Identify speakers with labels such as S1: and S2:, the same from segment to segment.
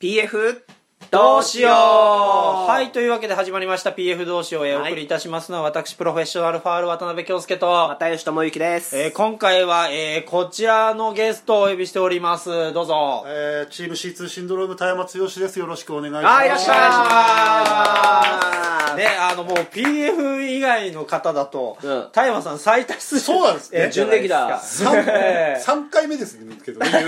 S1: PF
S2: どうしよう
S1: は
S2: はいい、
S1: というわけで始まりました PF どうしようへお
S2: はい
S1: 送りいたしますのは私、プロフェッショナルファール渡辺京介と、
S2: 又吉智之です、
S1: えー今回は、えーこちらのゲストをお呼びしております。どうぞ。
S3: えーチーム C2 シンドローム田山剛ですよろしくお願いします
S2: あーいらっしゃい
S1: ね、あのもう PF 以外の方だと
S2: うん、
S1: タイマさん最多数
S3: そうなんですね
S1: えじゃない
S2: 純
S1: か えー
S3: 3, 回目ですけどね言うても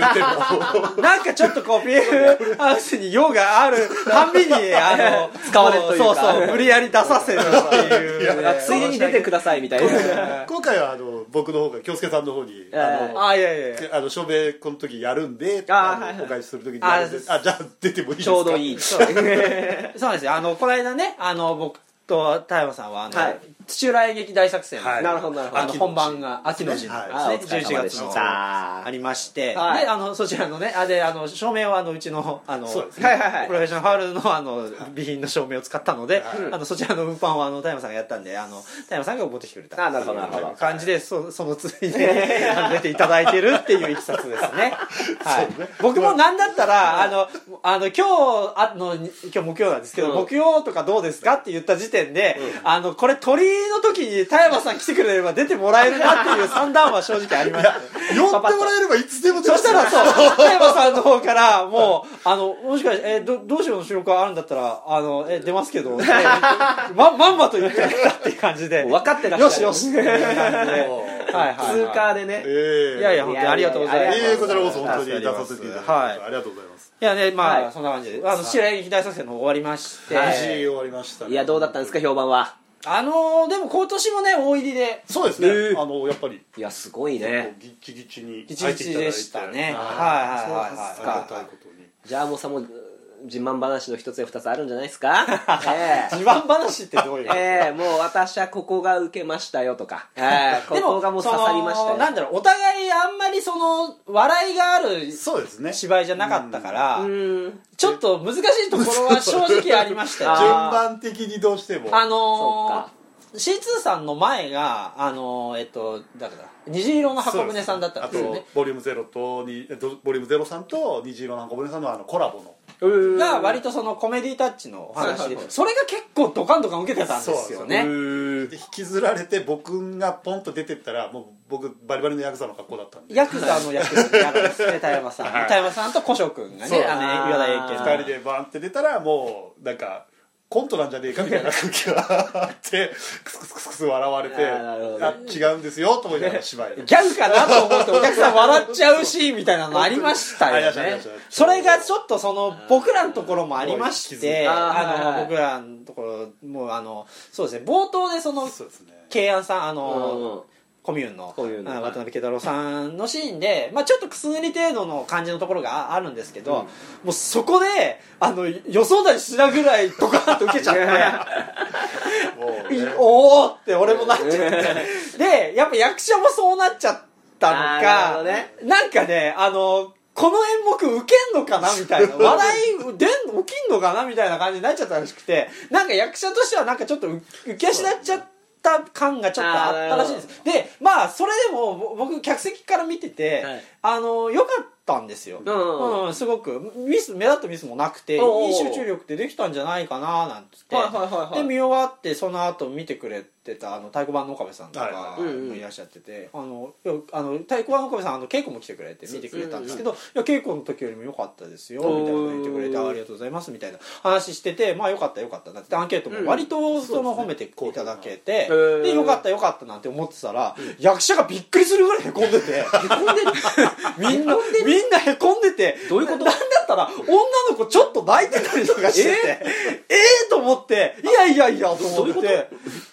S1: なんかちょっとこう PF ハウスに用があるたんび に、あの、
S2: 使われるというか
S1: そうそう、無理やり出させるっていうね。
S2: あついでに出てくださいみたいな
S3: 今回はあの僕の方が京介さんの方に、
S2: え
S3: あの
S1: あ、いやいやいや。
S3: であの照明この時やるんで
S2: あー
S3: の
S2: はいはい
S3: お返しする時にやるんで
S1: あ
S3: あじゃあ出てもいいです
S2: ち
S3: か
S2: ょうどいい
S1: そうそうなんですよあのこの間ねあの僕と田山さんはあの、
S2: はい
S1: 土浦演劇大作戦の、
S3: は い
S2: なるほどなるほど
S1: あの本番が秋の陣
S3: はい
S2: あ
S1: ですね、
S2: お疲れ様
S1: 11
S2: で
S1: 月
S2: した
S1: のありまして、
S2: はい
S1: であのそちらのねあであの照明はあのうちのあの
S3: そうですね
S2: はいはいはい
S1: プロフェッショナルハウルのあの備品の照明を使ったので、
S3: はい
S1: あのそちらの運搬はあの田山さんがやったんであの田山さんが持ってきてくれた
S2: あなるほどなるほど
S1: 感じでそそのついであの出ていただいてるっていういきさつです ね,、はい、僕もなんだったらあのあの今日あの今日木曜なんですけど、
S2: うん
S1: 木曜とかどうですかって言った時点で、あのこれ鳥の時に田山さん来てくれれば出てもらえるなっていう算段は正直ありました
S3: 呼んでもらえればいつでも出
S1: そ
S3: ま
S1: し
S3: す
S1: たらそう、田山さんの方から、もう、あの、もしかして、えど、どうしようの収録があるんだったら、あの、え、出ますけど、ってま、まんまと言ってくれたっていう感じで。
S2: もう分かってらっしゃ
S1: よ
S2: る
S1: しよしっていう感じで。
S3: おー
S1: はいはい、
S2: 通
S1: はい。
S2: 過でね、
S3: えー
S1: いやいや、本当にありがとうございます。
S3: えーこちらこそ本当に出
S1: 助かりま
S3: さ
S1: す
S3: せていただきま
S1: は
S3: し
S1: い
S3: た。ありがとうございます
S1: いやね、まあ、
S2: はい
S1: そんな感じで。あの、白井大作戦の終わりまして。
S2: は
S3: 無
S2: い
S3: 事終わりましたね
S2: いやどうだったんですか評判は
S1: あのーでも今年もね、大入りで、
S3: そうですね、
S2: えー
S3: あのやっぱり
S2: いやすごい
S3: 結
S2: ね
S3: 構ギッチギチに
S1: 一日でしたね。はい
S3: 入
S1: はいはい
S3: っていた
S1: は
S3: だ
S1: い
S3: いてありがたいことに
S2: じゃあもうさもう自慢話の一つや二つあるんじゃないですかええ
S1: 自慢話ってどういう
S2: ええもう私はここが受けましたよとか、ええこ
S1: で
S2: こがもう刺さりまし
S1: そ
S2: た
S1: の
S2: よ
S1: なんだろう、お互いあんまりその、笑いがある
S3: そうですね
S1: 芝居じゃなかったから、
S2: うん
S1: ちょっと難しいところは正直ありま したよ
S2: あー
S3: 順
S1: あ
S3: 番的にどうしても
S2: そっ
S1: の
S2: か
S1: ー、C2 さんの前があのー、えっとだから虹色の箱舟さんだったんですよ
S3: あ
S1: ね
S3: とボリュームゼロとにえっとボリュームゼロさんと虹色の箱舟さんのあのコラボの
S1: が割とそのコメディタッチのお話で
S3: はい
S1: それが結構ドカンドカン受けてたんですよね
S3: で引きずられて僕がポンと出てったらもう僕バリバリのヤクザの格好だったんで
S1: ヤクザの役やらですね田山さん
S3: はい
S1: 田山さんと古書君が
S3: そ
S1: ね
S3: う
S1: あの岩田英
S2: あ
S1: 慶
S2: ー
S1: の
S3: 2人でバーンって出たらもうなんかコントなんじゃねえかみたいな空気があってクスクスクスクス笑われて
S2: あーなるほど
S3: あ違うんですよと思いながら芝居
S1: ギャグかなと思ってお客さん笑っちゃうシーンみたいなのありましたよ
S3: ありま
S1: ね
S3: したありました
S1: それがちょっとその僕らのところもありまして
S2: あー
S1: あ
S2: はい
S1: の僕らのところもうあのそうですね冒頭でその
S3: そうですね
S1: 慶安さんあ
S2: うんう
S1: の
S2: ん
S1: コミューンの
S2: コミューンの
S1: あの
S2: はい
S1: 渡辺慶太郎さんのシーンで、まあ、ちょっとくすぐり程度の感じのところがああるんですけど、もうそこであの予想だにしなぐらいドカーンと受けちゃって。
S3: もうね
S1: おおって俺もなっちゃってでやっぱ役者もそうなっちゃったの
S2: あーなるほ
S1: か
S2: どね
S1: なんかねあのこの演目受けんのかなみた いな笑いでん起きんのかなみたいな感じになっちゃったらしくてなんか役者としてはなんかちょっとう浮き足立っちゃった感がちょっとあったらしいんですでまあそれでもぼ僕客席から見てて、
S2: はい
S1: あの良かったんですよ、
S2: うんうんうん
S1: うんすごくミス目立ったミスもなくていい
S2: おうおう
S1: 集中力ってできたんじゃないかななんつって、
S2: はいはいはいはい
S1: で見終わってその後見てくれてたあの太鼓判の岡部さんと
S3: はい
S1: か
S3: はい
S2: はいうんう
S1: も
S2: ん
S1: いらっしゃってて、あのいやあの太鼓判の岡部さんあの稽古も来てくれて見てくれたんですけど、いや稽古の時よりも良かったですよみたいなこと言ってくれて
S2: おー
S1: ありがとうございますみたいな話しててまあ良かった良かったなってアンケートも割とその褒めていただけて、
S2: そうですね
S1: で良かった良かったなんて思ってたら、役者がびっくりするぐらいへこんでてみんなみんなへこんでて
S2: どういうこと
S1: なんだったら女の子ちょっと泣いてたりとかしててええと思っていやいやいやと思っ
S2: ど
S1: て
S2: う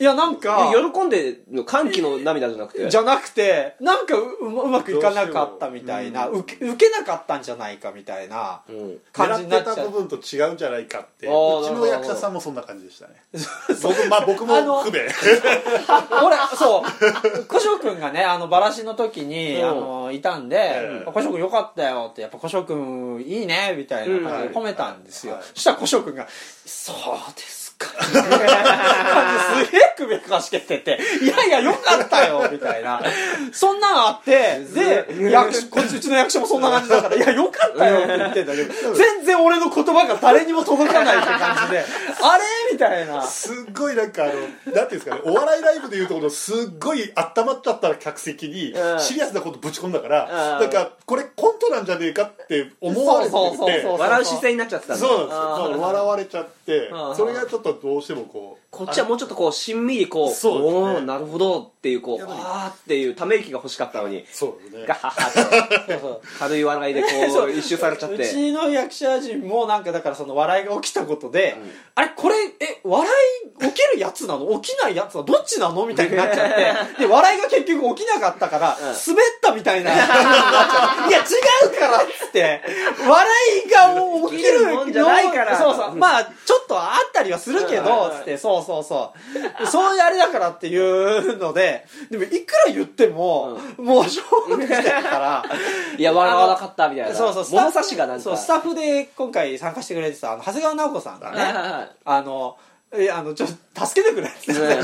S1: いやなんか
S2: で喜んでの歓喜の涙じゃなくて
S1: じゃなくてなんかううまうまくいかなかったみたいな、
S3: どうし
S1: 受
S3: よう
S1: け受けなかったんじゃないかみたいな
S2: うん
S1: 感じにな
S3: 狙
S1: っ
S3: っ
S1: ちゃ
S3: てた部分と違うんじゃないかってう
S2: あー
S3: ち
S2: なるほど
S3: の役者さんもそんな感じでしたね僕,、まあ、僕も
S1: あの
S3: 含め
S1: 俺そう古生君がねあのバラシの時に、
S2: うん
S1: あのいたんで
S3: え
S1: 「
S3: え
S1: 古生君よかったよ」って「やっぱ古生君いいね」みたいな感じで
S3: うん
S1: 褒めたんですよ、
S3: はい
S1: そしたら古生君が「そうですか感じすげえ首かしげてて「いやいやよかったよ」みたいなそんなのあってで役所こっちうちの役所もそんな感じだから「いやよかったよ」って言ってんだけど全然俺の言葉が誰にも届かないって感じで「あれ?」みたいな
S3: すっごいなんかあのなんていうんですかねお笑いライブでいうところのすっごい温まっちゃった客席に
S2: うん
S3: シリアスなことぶち込んだから、
S2: うん
S3: なんかこれコントなんじゃねえかって思われてて
S1: そうそうそうそう
S2: 笑う姿勢になっちゃってたんだ
S3: そうなんですよ
S2: あー
S3: そう笑われちゃって
S2: うん
S3: それがちょっとどうしてもこう
S2: こっちはもうちょっとこうしんみりこう
S3: そうですね
S2: おーなるほどっていうこう
S3: やっぱり
S2: あーっていうため息が欲しかったのに
S3: そうですね
S2: ガハハと
S1: そうそう
S2: 軽い笑いでこ
S1: そう
S2: う一周されちゃっ
S1: う
S2: て
S1: ちの役者陣もなんかだからその笑いが起きたことで、あれこれえ笑い起きるやつなの起きないやつはどっちなのみたいになっちゃってで笑いが結局起きなかったから、
S2: ん
S1: 滑ったみたいな いや違うからっつって笑いが起
S2: 起き
S1: きる
S2: るもんじゃないから
S1: そうそうまあちょっとあったりはするけど
S2: うん
S1: つってそうそうそうそういうあれだからっていうのででもいくら言っても、もうしょうがないから
S2: いや笑わなかったみたいな
S1: そうそうスタッフ
S2: 物差しがなんか
S1: そうスタッフで今回参加してくれてたあの長谷川直子さんが
S2: はいは
S1: ね
S2: いはい
S1: あのえあのちょっと助けてくれって
S2: うん
S1: で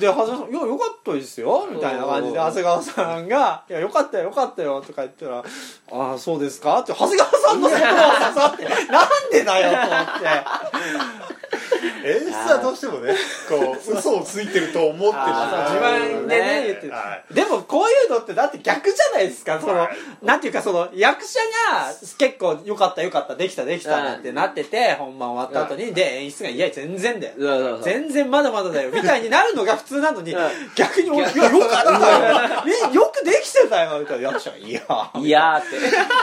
S1: で長谷川さん「いやよかったですよ」みたいな感じで
S2: おー
S1: 長谷川さんが「いやよかったよよかったよ」とか言ったら「ああそうですか?」って長谷川さんのところを刺さって 「なんでだよ」と思って。
S3: 演出はどうしてもねこう嘘をついてると思ってし
S2: あ
S3: ま
S2: ー
S1: 自
S3: う
S1: 分でね言ってる
S3: は
S1: でもこういうのってだって逆じゃないですかその、
S3: はい
S1: なんていうかその役者が結構よかったよかったできたできた
S2: うん
S1: なんてなってて本番終わった後にで演出がいや全然だよ
S2: そうそうそう
S1: 全然まだまだだよみたいになるのが普通なのに
S2: うん
S1: 逆に俺いやよかったよねよくできてたよみたいな役者がいや
S2: いやーって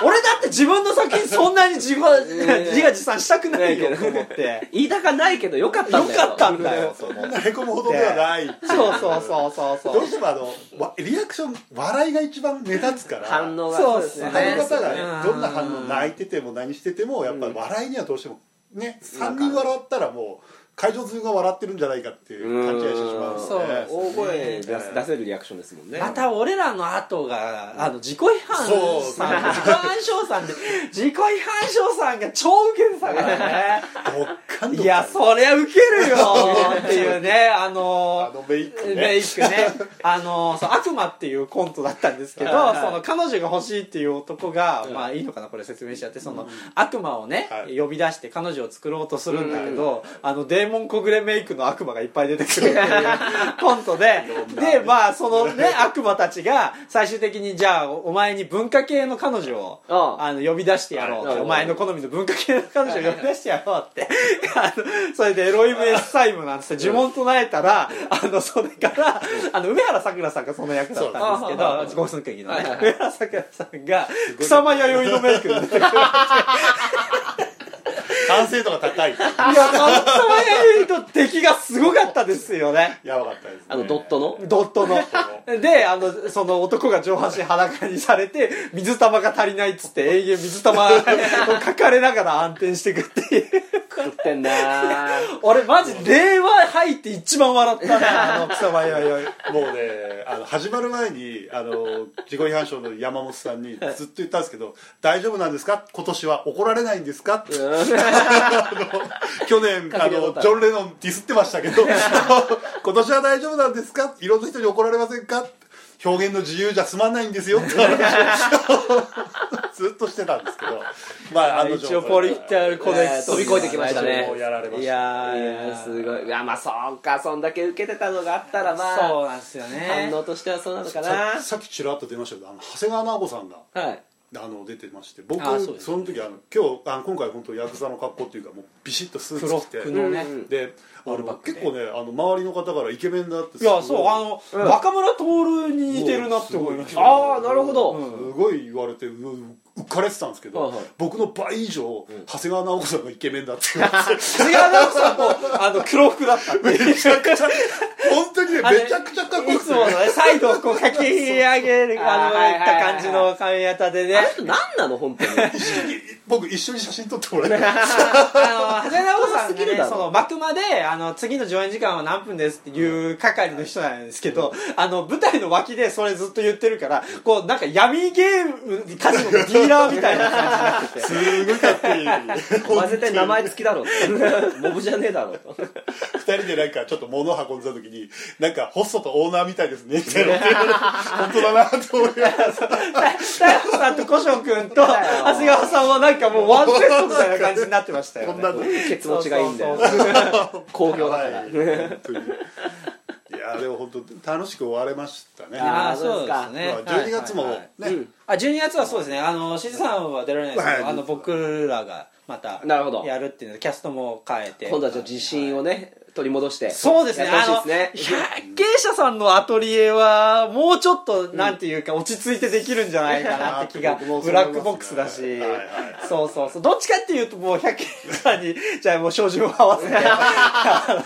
S1: 俺だって自分の作品そんなに自画自画自賛したくない
S2: な
S1: よ
S2: いけ
S1: と
S2: ど
S1: 思って
S2: 言いたかないけどよかった
S1: よ
S2: んだよ
S1: かったんだよと思っ
S3: い
S1: て
S3: へこむほどではないってい
S1: そうそうそうそうそう
S3: どうしてもあのわリアクション笑いが一番目立つから
S2: 反応が
S1: そうっすね
S3: あの方がね
S1: うん
S3: どんな反応泣いてても何しててもやっぱ笑いにはどうしてもね3人笑ったらもう会場中が笑ってるんじゃないかっていう勘違いしてしまう
S1: そう
S3: ので
S2: 大声出す出せるリアクションですもんね
S1: また俺らの後があの自己批判
S3: そう
S1: さん自己反証さんで自己批判証さんが超ウケてた からね
S3: どっかんどっかん
S1: いやそりゃウケるよっていうねあ
S3: あ
S1: の
S3: のメイク
S1: メ
S3: ね
S1: イクねあのそう悪魔っていうコントだったんですけど
S2: はいはい
S1: その彼女が欲しいっていう男が、まあいいのかなこれ説明しちゃってその、悪魔をね、
S3: はい
S1: 呼び出して彼女を作ろうとするんだけど、あのデーモン小暮メイクの悪魔がいっぱい出てくるっていうコントででまあそのね悪魔たちが最終的にじゃあお前に文化系の彼女を
S2: ああ
S1: あの呼び出してやろうっ
S2: は
S1: て
S2: い
S1: お前の好みの文化系の彼女を呼び出してやろうって あのそれでエロイムエッサイムなんつって呪文唱えたらあのそれからあの上原さくらさんがその役だったんですけ
S2: そうああ
S1: どゴースンの
S2: はい
S1: ね
S2: はいはい
S1: 上原さくらさんが草間弥生のメイクに出てくる
S3: 完成度が高い
S1: いや草間彌生の出来がすごかったですよね
S3: やばかったですね
S2: あのドットの
S1: ドットのであのその男が上半身裸にされて水玉が足りないっつって永遠水玉を抱えながら暗転していくっていう
S2: 食ってんなー
S1: 俺マジ令和入って一番笑 ったなあの草間弥生
S3: もうねあの始まる前にあの自己批判賞の山本さんにずっと言ったんですけど「大丈夫なんですか今年は怒られないんですか?」って去年あ
S2: 確認を取っ
S3: の
S2: た
S3: ジョン・レノンディスってましたけど 今年は大丈夫なんですかいろんな人に怒られませんか表現の自由じゃつまんないんですよって話を ずっとしてたんですけどまああの
S1: 一応ポリティカルコネクト
S2: 飛び越えてきましたね
S3: もうやられま
S1: い
S3: した
S1: や
S2: い
S1: ー
S2: やーすごいいやまあそうかそんだけ受けてたのがあったらまあ
S1: そうなんですよね
S2: 反応としてはそうなのかな
S3: ささっきちらっと出ましたけどあの長谷川直子さんが
S2: はい
S3: あの出てまして僕
S1: あそう
S3: そ,、
S1: です
S3: の時あの今日あの今回本当ヤクザの格好っていうかもうビシッとスーツ着て
S1: 黒服のね
S2: うん
S3: であ
S1: ルバッ
S3: の
S1: クで
S3: 結構ねあの周りの方からイケメンだって
S1: い
S3: すご
S1: やそうあの、
S2: うん
S1: 若村徹に似てるなって思いました
S2: ああなるほど、
S1: うん
S3: すごい言われてうう浮かれてたんですけど、
S2: はいはい
S3: 僕の倍以上、長谷川直子さんがイケメンだって 言われて
S1: 長谷川直子さんもあの黒服だったっていう
S3: めちゃくちゃ本当にね
S1: あれ
S3: めちゃくちゃかっこ
S1: い
S3: よく
S1: つものねサイドをこうかき上げる あ
S2: あー
S1: の
S2: はい
S1: い
S2: はいはいはい
S1: った感じの髪型でね
S2: あの人何なの本当に
S3: 僕一緒に写真撮ってもらえない
S1: あの長谷川直子さんが
S2: すぎる
S1: ね
S2: だろ
S1: その幕まであの次の上演時間は何分ですっていう係の人なんですけどあの舞台の脇でそれずっと言ってるからこうなんか闇ゲームカジノのディラーみたいな感じになってて
S3: すごいかっこ いい
S2: お前絶対名前付きだろモブじゃねえだろと
S3: 二人でなんかちょっと物を運んでた時になんかホストとオーナーみたいですねみたいな 本当だなって思いながら
S1: 大悟さんと古生君と長谷川さんはなんかもうワンセットみたいな感じになってましたよ
S3: こん
S1: ね
S3: なの
S2: ケツ持ちがいいんだよ
S1: そうそうそう
S2: 好評だから
S3: はい本当にいやでも本当楽しく終われましたね
S2: あ
S1: あ
S2: ー
S1: あそうですね
S3: まあ12月も
S1: はい
S3: ね、
S1: はいはいあ12月はそうですねあのしずさんは出られないですけど、
S3: はい
S1: あの僕らがまた
S2: なるほど
S1: やるっていうのでキャストも変えて
S2: 今度はちょっと自信をね取り戻して
S1: そうですね
S2: やってほしい
S1: あの
S2: ですね
S1: 百景社さんのアトリエはもうちょっとなんていうか落ち着いてできるんじゃないかなって気が
S3: あー僕もそ
S1: ブ
S3: う思い
S1: ラ
S3: ます
S1: ックボックスだし
S3: はいはいはい
S1: そうそうそうどっちかっていうともう百景社にじゃあもう照準を合わせてあ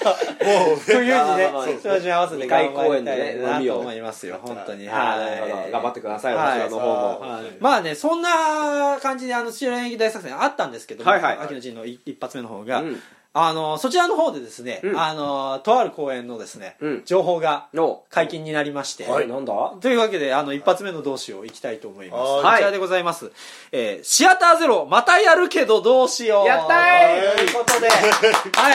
S1: の
S3: もう
S1: 冬にね
S2: まあまあまあ
S1: 照準合わせて頑張りたいなと思いますよ
S2: 二回公演でね
S1: 本当に
S2: あーなるほど頑張ってください
S1: は
S2: 私
S1: い
S2: らの方も
S3: はい
S1: まあねそんな感じであの白柳大作戦あったんですけども、
S2: はいはいはい
S1: 秋の陣の一一発目の方が、
S2: うん
S1: あのそちらの方でですね、
S2: うん
S1: あのとある公演のですね、
S2: うん
S1: 情報が
S2: の
S1: 解禁になりまして、
S2: はいなんだ
S1: というわけであの一発目の同志をいきたいと思います、
S3: はい
S1: こちらでございます、えーシアターゼロまたやるけどどうしよう
S2: やったーい
S1: ということでは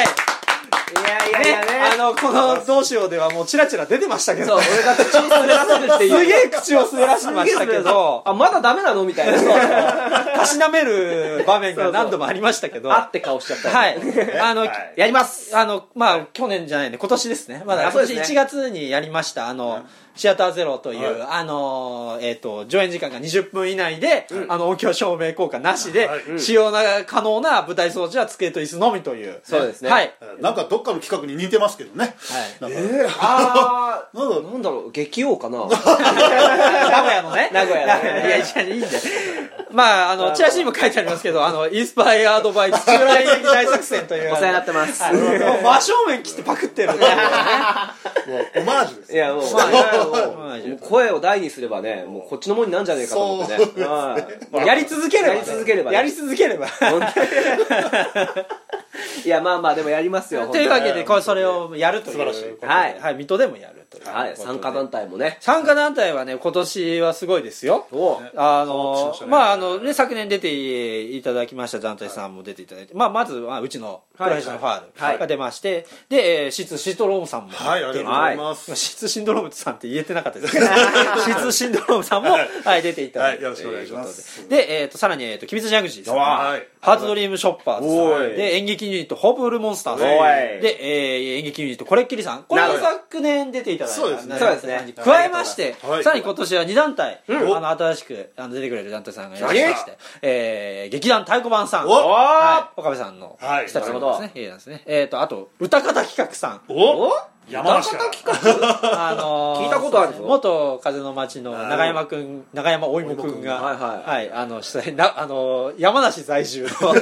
S1: い
S2: いやいやい
S1: ね、あのこの「どうしよう」ではもうチラチラ出てましたけ
S2: そう
S1: ど
S2: 俺が口を滑らせるって
S1: す
S2: いう
S1: げえ口を滑らしてましたけど
S2: あまだダメなのみたいな
S1: たしなめる場面が何度もありましたけど
S2: あって顔しちゃった
S1: はいあの、
S3: はい
S1: やりますあのまあ去年じゃないね今年ですねまだ
S2: あそう
S1: 今
S2: です
S1: 年
S2: ね
S1: 1月にやりましたあのシアターゼロという、あのえっ、と上演時間が20分以内で、あの音響照明効果なしで、
S3: はい
S1: 使用な可能な舞台装置は机と椅子のみという
S2: そうですね
S1: はい、
S3: なんかどっかの企画に似てますけどね、なんか
S2: あ
S3: なんだ
S2: ーなんだろう激王かな
S1: 名古屋のね
S2: 名古屋のね
S1: いやいやいいんだよまああのチラシにも書いてありますけどあのインスパイアードバイ土浦劇大作戦とい う
S2: お世話になってます
S1: あのもう真正面切ってパクって るね
S3: もうオマージュです
S2: いやもう
S1: まあいやもう
S2: もう声を大にすればねもうこっちのもんになんじゃねえかと思ってね
S3: そうですね
S2: はい
S1: やり続ければ
S2: やり続ければね
S1: やり続ければ
S2: 本当に いやまあまあでもやりますよ
S1: というわけ
S2: 本
S1: でこうそれをやるという
S3: 素晴らしい
S1: ことで
S2: はい
S1: はい水戸でもやると
S2: 当
S1: いう
S2: にはい参加団体もね
S1: 参加団体はね今年はすごいですよ
S2: お
S1: あ
S3: そうし
S1: の
S3: ましたね
S1: まああのね昨年出ていただきました団体さんも出ていただいて、まあまずまあうちのプロフェッショナルファー
S2: は
S1: ル
S2: い
S1: が出まして、で、えー、シツシンドロームさんも出て
S3: はいありがとうございます、
S1: シツシンドロームさんって言えてなかったです けどシツシンドロームさんも、はい、出ていただいて、
S3: はいよろしくお願いしま
S1: とい
S3: す
S1: うことでで、えー、とさらに、えー、と鬼滅ジャングジーさん、
S3: はい
S1: ハートドリームショッパー
S2: お
S1: ズさん
S2: い
S1: で演劇ユニットホーブルモンスターさん
S2: おい
S1: で、えー演劇ユニットこれっきりさんこれ
S2: な
S1: も
S2: るほど
S1: 昨年出ていただいた
S3: そうですね
S2: そうですね
S1: 加えまして、
S3: はい
S1: さらに今年は2団体、
S3: ん
S1: あの新しくあの出てくれる団体さんがいらっしゃいまして、えー、劇団太鼓判さん
S3: お
S1: はい、岡部さんの
S3: はい
S1: 下ですね、
S2: なるほど
S1: いいですねえー、とあと歌方企画さん
S3: お山梨から
S1: あのー
S2: 聞いたことあるぞ
S1: 元風の町の長山くん長山おいもくんが
S2: はいはい
S1: はいあの出演なあのー山梨在 住の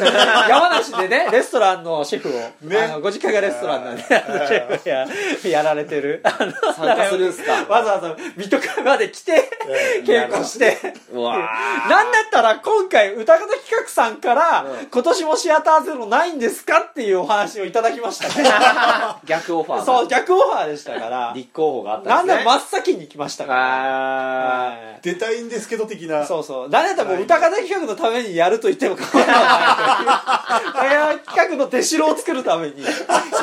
S1: 山梨でね レストランのシェフを、
S3: ね
S1: あのご実家がレストランなんであ のシェフややられてるあの
S2: 参加するんすか
S1: わざわざ水戸からまで来 て稽古して
S2: うわー
S1: なんだったら今回歌方企画さんから、
S2: うん
S1: 今年もシアターゼロないんですかっていうお話をいただきましたね
S2: 逆オファーが
S1: そう逆オファーでしたから
S2: 立候補があった
S1: なんん
S2: で
S1: だ
S2: す
S1: ら
S2: ね
S1: 真っ先に来ましたから
S2: あ
S1: は
S3: 出たいんですけど的ない
S1: そうそうなんだったらもう歌方企画のためにやると言っても過言ではないという 歌方企画の手代を作るために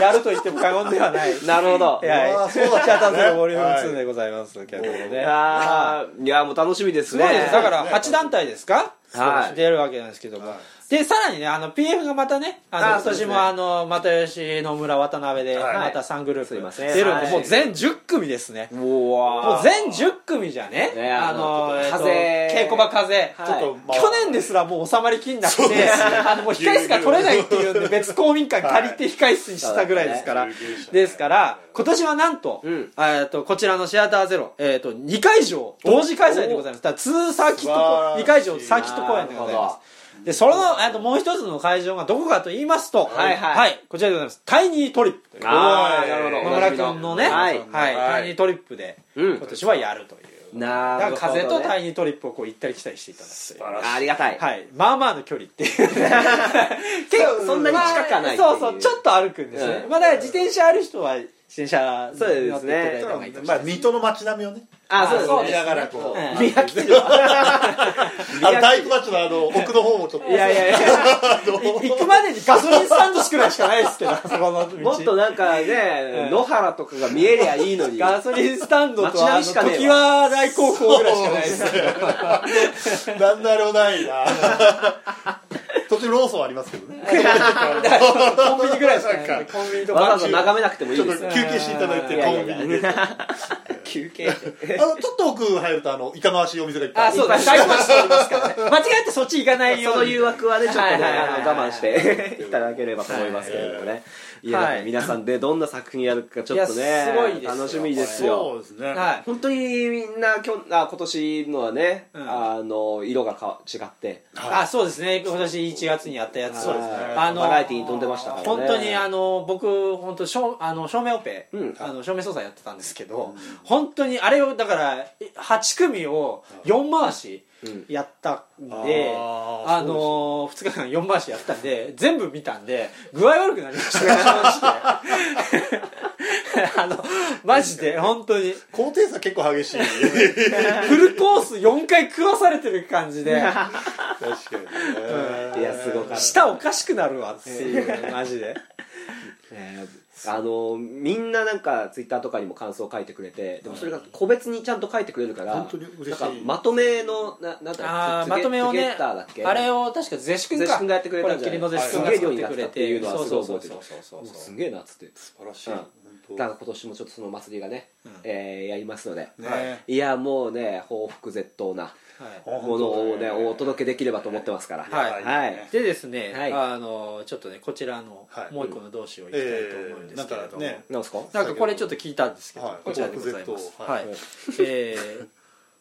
S1: やると言っても過言では ない
S2: ーなるほど
S1: いや
S3: うわー
S1: シ
S3: そうだったね
S1: アターゼロボリューム2でございますけども
S2: い
S1: ね
S2: やーいやもう楽しみです
S1: す
S2: ね
S1: ごいですだから
S3: ね
S1: 8団体ですか、
S2: はい
S1: 出るわけなんですけども、
S3: はい
S1: でさらにねあの PF がまたねあの
S2: あ
S1: 今
S2: そうです
S1: 年
S2: ね
S1: もあの又吉野村渡辺で
S3: はい
S1: また3グループ
S2: すいません
S1: 出るん
S2: は
S1: で、
S2: い
S1: もう全10組ですね、
S2: うわ
S1: もう全10組じゃね
S2: ね
S1: あ
S2: あ
S1: の、
S2: の
S1: えっと
S2: 風
S1: 稽古場風、
S2: はい
S3: ちょっとまあ
S1: 去年ですらもう収まりきんなくて、
S3: そうですね
S1: あのもう控室が取れないっていうんで別公民館借りて控室にしたぐらいですから、
S3: はいそうですね
S1: ですから今年はなんと,、
S2: うん
S1: えっとこちらのシアターゼロ、えっと2会場同時開催でございますだから2サーキット
S3: 素晴ら
S1: こ
S3: しい
S1: 2会場サーキット公演でござい
S2: なる
S1: ます
S2: ほ
S1: でそれの、えっともう一つの会場がどこかと言いますと、
S2: はいはい
S1: こちらでございますタイニートリップという
S2: あーなるほど
S1: 野村君のね、
S2: はい
S1: はい
S3: はい
S1: タイニートリップで
S2: うん
S1: 今年はやるという、だ
S2: な
S1: か
S2: る
S1: ら
S2: ほど、ね、
S1: 風とタイニートリップをこう行ったり来たりしていただくという
S2: ありがたい、
S1: はい、まあまあの距離っていう 結構
S2: そんなに近くはないっていう
S1: そうそうちょっと歩くんですね、
S2: うん
S1: まあだから自転車ある人は新車
S2: そうですね
S1: 乗っていただいた方がいいかもし
S3: ま
S1: れ
S3: あ
S1: ない
S3: 水戸の街並みをね
S2: あそう
S1: そ
S2: で
S1: う
S3: 見
S2: すね
S3: ながらこう
S1: うん
S3: 見飽きてるあの大工町のあの奥の方をちょっと
S1: いやいやいやい行くまでにガソリンスタンドしくらいしかないですけどあそこの道
S2: もっとなんか
S1: う
S2: ね
S1: ん
S2: 野原とかが見えりゃいいのに
S1: ガソリンスタンド
S2: 街
S1: と
S2: 並み
S1: あの
S2: しかね
S1: 時
S2: えわ
S1: は大高校ぐらいしかない です
S3: なんだろうないな途中ローソンありますけどね
S1: コンビニぐらいしかないんでコンビニとか
S2: わざわざ眺めなくてもい
S3: ちょ
S2: い
S3: っ
S2: で
S3: と
S2: す
S3: 休
S2: よ
S3: 憩していただいて
S2: いやい
S3: コ
S2: や
S3: ン
S2: い
S3: ビ
S2: や
S3: ニであ
S2: 休憩って
S3: のちょっと奥入るとあのイカの足お店がいっぱい
S1: あ
S3: る
S1: そうだ大工町と言いますからね間違ってそっち行かないよ
S2: そうの
S1: に
S2: 誘惑はねちょっとね
S1: はいはいはい
S2: あの我慢して いただければと思いますけれどもね、い、やだから皆さんでどんな作品やるかちょっと
S1: いや
S2: ね
S1: すごいですよ
S2: 楽しみです
S3: そ
S2: よ
S3: うですね
S1: はい
S2: 本当にみんなきょあ今年のはね、
S1: うん
S2: あの色がかわ違って
S1: あそうですね今年1月にやったやつ
S3: そうですね
S1: あの
S2: バラエティに飛んでましたからね
S1: 本当にあの僕本当照あの照明オペ、
S2: うん
S1: あの照明操作やってたんですけど、本当にあれをだから8組を4回しやったんで、
S3: うんあー
S1: あの2日間4回しやったんで全部見たんで具合悪くなりましたね あのマジで本当に
S3: 高低差結構激しい
S1: フルコース4回食わされてる感じで。
S3: 確かにね
S2: いやすごかった
S1: 舌おかしくなるわっていうマジで
S2: えーあのみんななんかツイッターとかにも感想を書いてくれてでもそれが個別にちゃんと書いてくれるから
S3: 本当に嬉しい
S2: なんかまとめのななんだっ
S1: あー
S2: け
S1: まとめを
S2: ツゲ
S1: ね
S2: ッターだっけ
S1: あれを確かゼシ君
S2: ゼシ
S1: か
S2: 君がやってくれたんじゃない
S1: これは霧のゼシ君が作
S2: す
S1: ってくれ
S2: げえ量になったっていうのはすごい覚
S1: そう
S2: え
S1: そ
S2: て
S1: う
S2: る
S1: そうそう
S2: もうすげえなっつって
S3: 素晴らしい
S2: うん
S3: 本当
S2: だから今年もちょっとその祭りがね、えーやりますので、
S3: ね
S2: いやもうね報復絶当な
S1: はい
S2: ものをねお届けできればと思ってますから
S1: はい
S2: は
S3: はいい
S1: でですね、
S2: はい
S1: あのちょっとねこちらの
S3: はい
S1: もう一個の同志をいきたいと思うん
S3: えー
S1: で
S3: な
S1: す
S3: ん
S1: けれ
S3: か
S1: ども、
S3: ね
S2: なんすか
S1: なんかこれちょっと聞いたんですけど、
S3: はい
S1: こちらでございます
S3: 報
S1: は
S3: 復
S1: い、
S3: 絶
S1: えー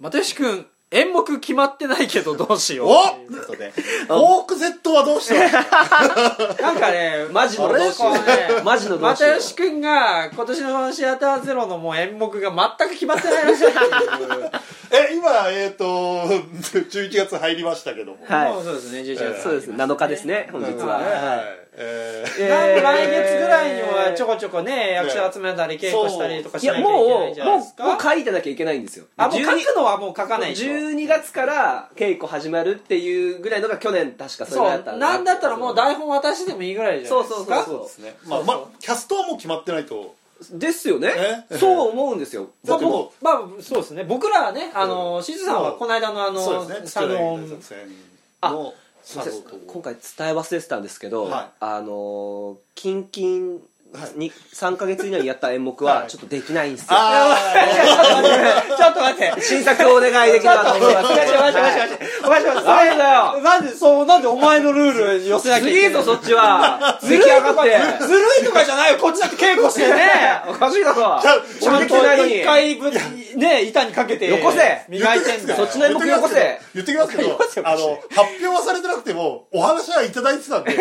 S1: 又吉君演目決まってないけどどうしよう
S3: お
S1: ということで
S3: フォーク Z はどうした
S1: なんかね
S2: マジのどうしよ
S1: あれ
S2: うマジのどうしよ
S1: 又吉
S2: う
S1: 君が今年の「シアターゼロのもう演目が全く決まってないらしいっていう
S3: え今えっと 11月入りましたけども
S2: はい
S1: もうそうですね11
S3: え
S1: 月、
S3: ー
S2: そうです7日ですね本日
S3: 実
S2: は、
S3: はいえー
S1: なん
S2: え
S1: で
S2: ー
S1: 来月ぐらいにはちょこちょこね役者集めたり稽古したりとか
S2: い
S1: しな
S2: や
S1: きゃい
S2: もう
S1: け
S2: も
S1: ないじゃ
S2: う
S1: ないですか
S2: もう書いてなきゃいけないんですよ
S1: あもう書
S2: 12
S1: くのはもう書かないでしょ
S2: 12月から稽古始まるっていうぐらいのが去年確かそれぐらい
S1: そ
S2: だった
S1: うなんだったらもう
S2: だ
S1: 台本渡してもいいぐらいじゃ
S2: そ
S1: ないうです
S2: そ
S1: か
S2: うそうそう
S3: そうですねまあまあキャストはもう決まってないと
S2: ですよね
S3: え
S2: そう思うんです よ
S3: だっても
S1: まあそうですね僕らはねあのしずさんはこの間のあ
S3: う
S1: の
S3: そうです
S1: サ
S3: ね
S1: ロン
S3: 作戦
S2: あ
S3: の
S2: すいません
S3: 作動と
S2: 今回伝え忘れてたんですけど、
S3: はい
S2: あのーキンキン
S3: はい
S2: に3か月以内にやった演目
S3: は
S2: はいちょっとできないんですよ、
S3: あ
S1: ちょっと待って
S2: 新作お願いできればと思います
S1: 待って待って待 って待って待って
S2: はいだよ
S1: なんでそうなんでお前のルール寄せなきゃ
S2: す
S1: いけ
S2: げ
S1: な
S2: え
S1: い
S2: ぞそっちは出来上がってね
S1: ずるいとかじゃないよこっちだって稽古してね
S2: えおかしいだろ
S1: ちゃんと
S2: 俺できないのに
S1: 一回分ね板にかけて
S2: よこせ
S1: 磨いてんだ
S2: そ
S1: よ
S2: っちの演目よこせ
S3: 言ってきますけど
S1: よこせよ
S3: あの発表はされてなくてもお話はいただいてたんで予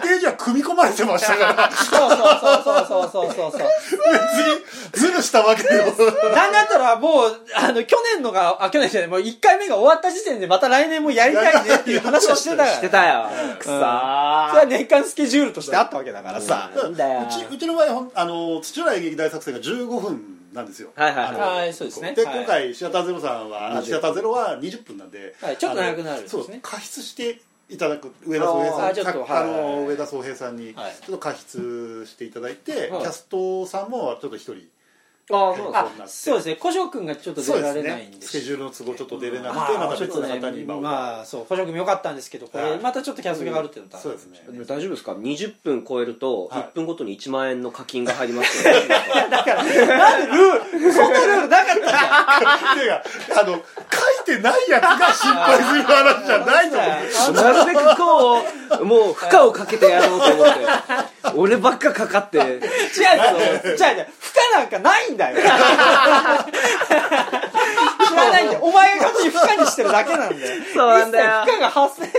S3: 定には組み込まれてましたから
S1: そうそうそうそうそうそうそう
S3: 別にズルしたわけでも
S1: なんだったらもうあの去年のがあ去年じゃないもう1回目が終わった時点でまた来年もやりたいねっていう話をしてたから
S2: してたよくそ
S1: それは
S2: ー
S1: 年間スケジュールとしてあったわけだからさ
S2: なんだよ
S3: うちうちの場合ほんあの土浦演劇大作戦が15分なんですよ
S2: はいはいはい
S3: あの
S1: はいそうですね
S3: で
S1: はい
S3: 今回シアターゼロさんはあシアターゼロは20分なんで
S1: はいちょっと長くなるんですね
S3: あのそう加筆していただく上田宗
S1: あ
S3: 平さ
S1: ー
S3: ん
S1: ちょっと
S3: 作
S1: は
S3: 家
S1: いはいはい
S3: の上田宗平さんにちょ
S1: はい
S3: っと加筆していただいてキ
S1: はい
S3: ャストさんもちょっと一人
S2: あそう
S1: あ
S2: だ
S3: なって
S1: そうですね古城君がちょっと出られないんで
S3: ス
S1: す
S3: ケ
S1: よ
S3: ジュールの都合ちょっと出れな
S1: ま
S3: くてま
S1: あ
S3: た
S1: ちょっ
S3: 別
S1: と
S3: の
S1: ね
S3: 方に今
S1: まあそう補色も良かったんですけどこ
S3: は
S1: れ
S3: い
S1: またちょっとキャストがあるっていうのと
S3: そうですね
S2: 大丈夫ですか20分超えると
S3: はい
S2: 1分ごとに1万円の課金が入りますよ
S1: ルールそんなルールなかったじゃん
S3: 手があの書いてないやつが心配する話じゃないと思う
S2: なるべくこうもう負荷をかけてやろうと思って俺ばっかかかって
S1: 違う違う違う違う負荷なんかないんだよ正らないんだよお前が勝手に負荷にしてるだけなんだよ
S2: そうなんだよ
S1: 一切負荷が発生して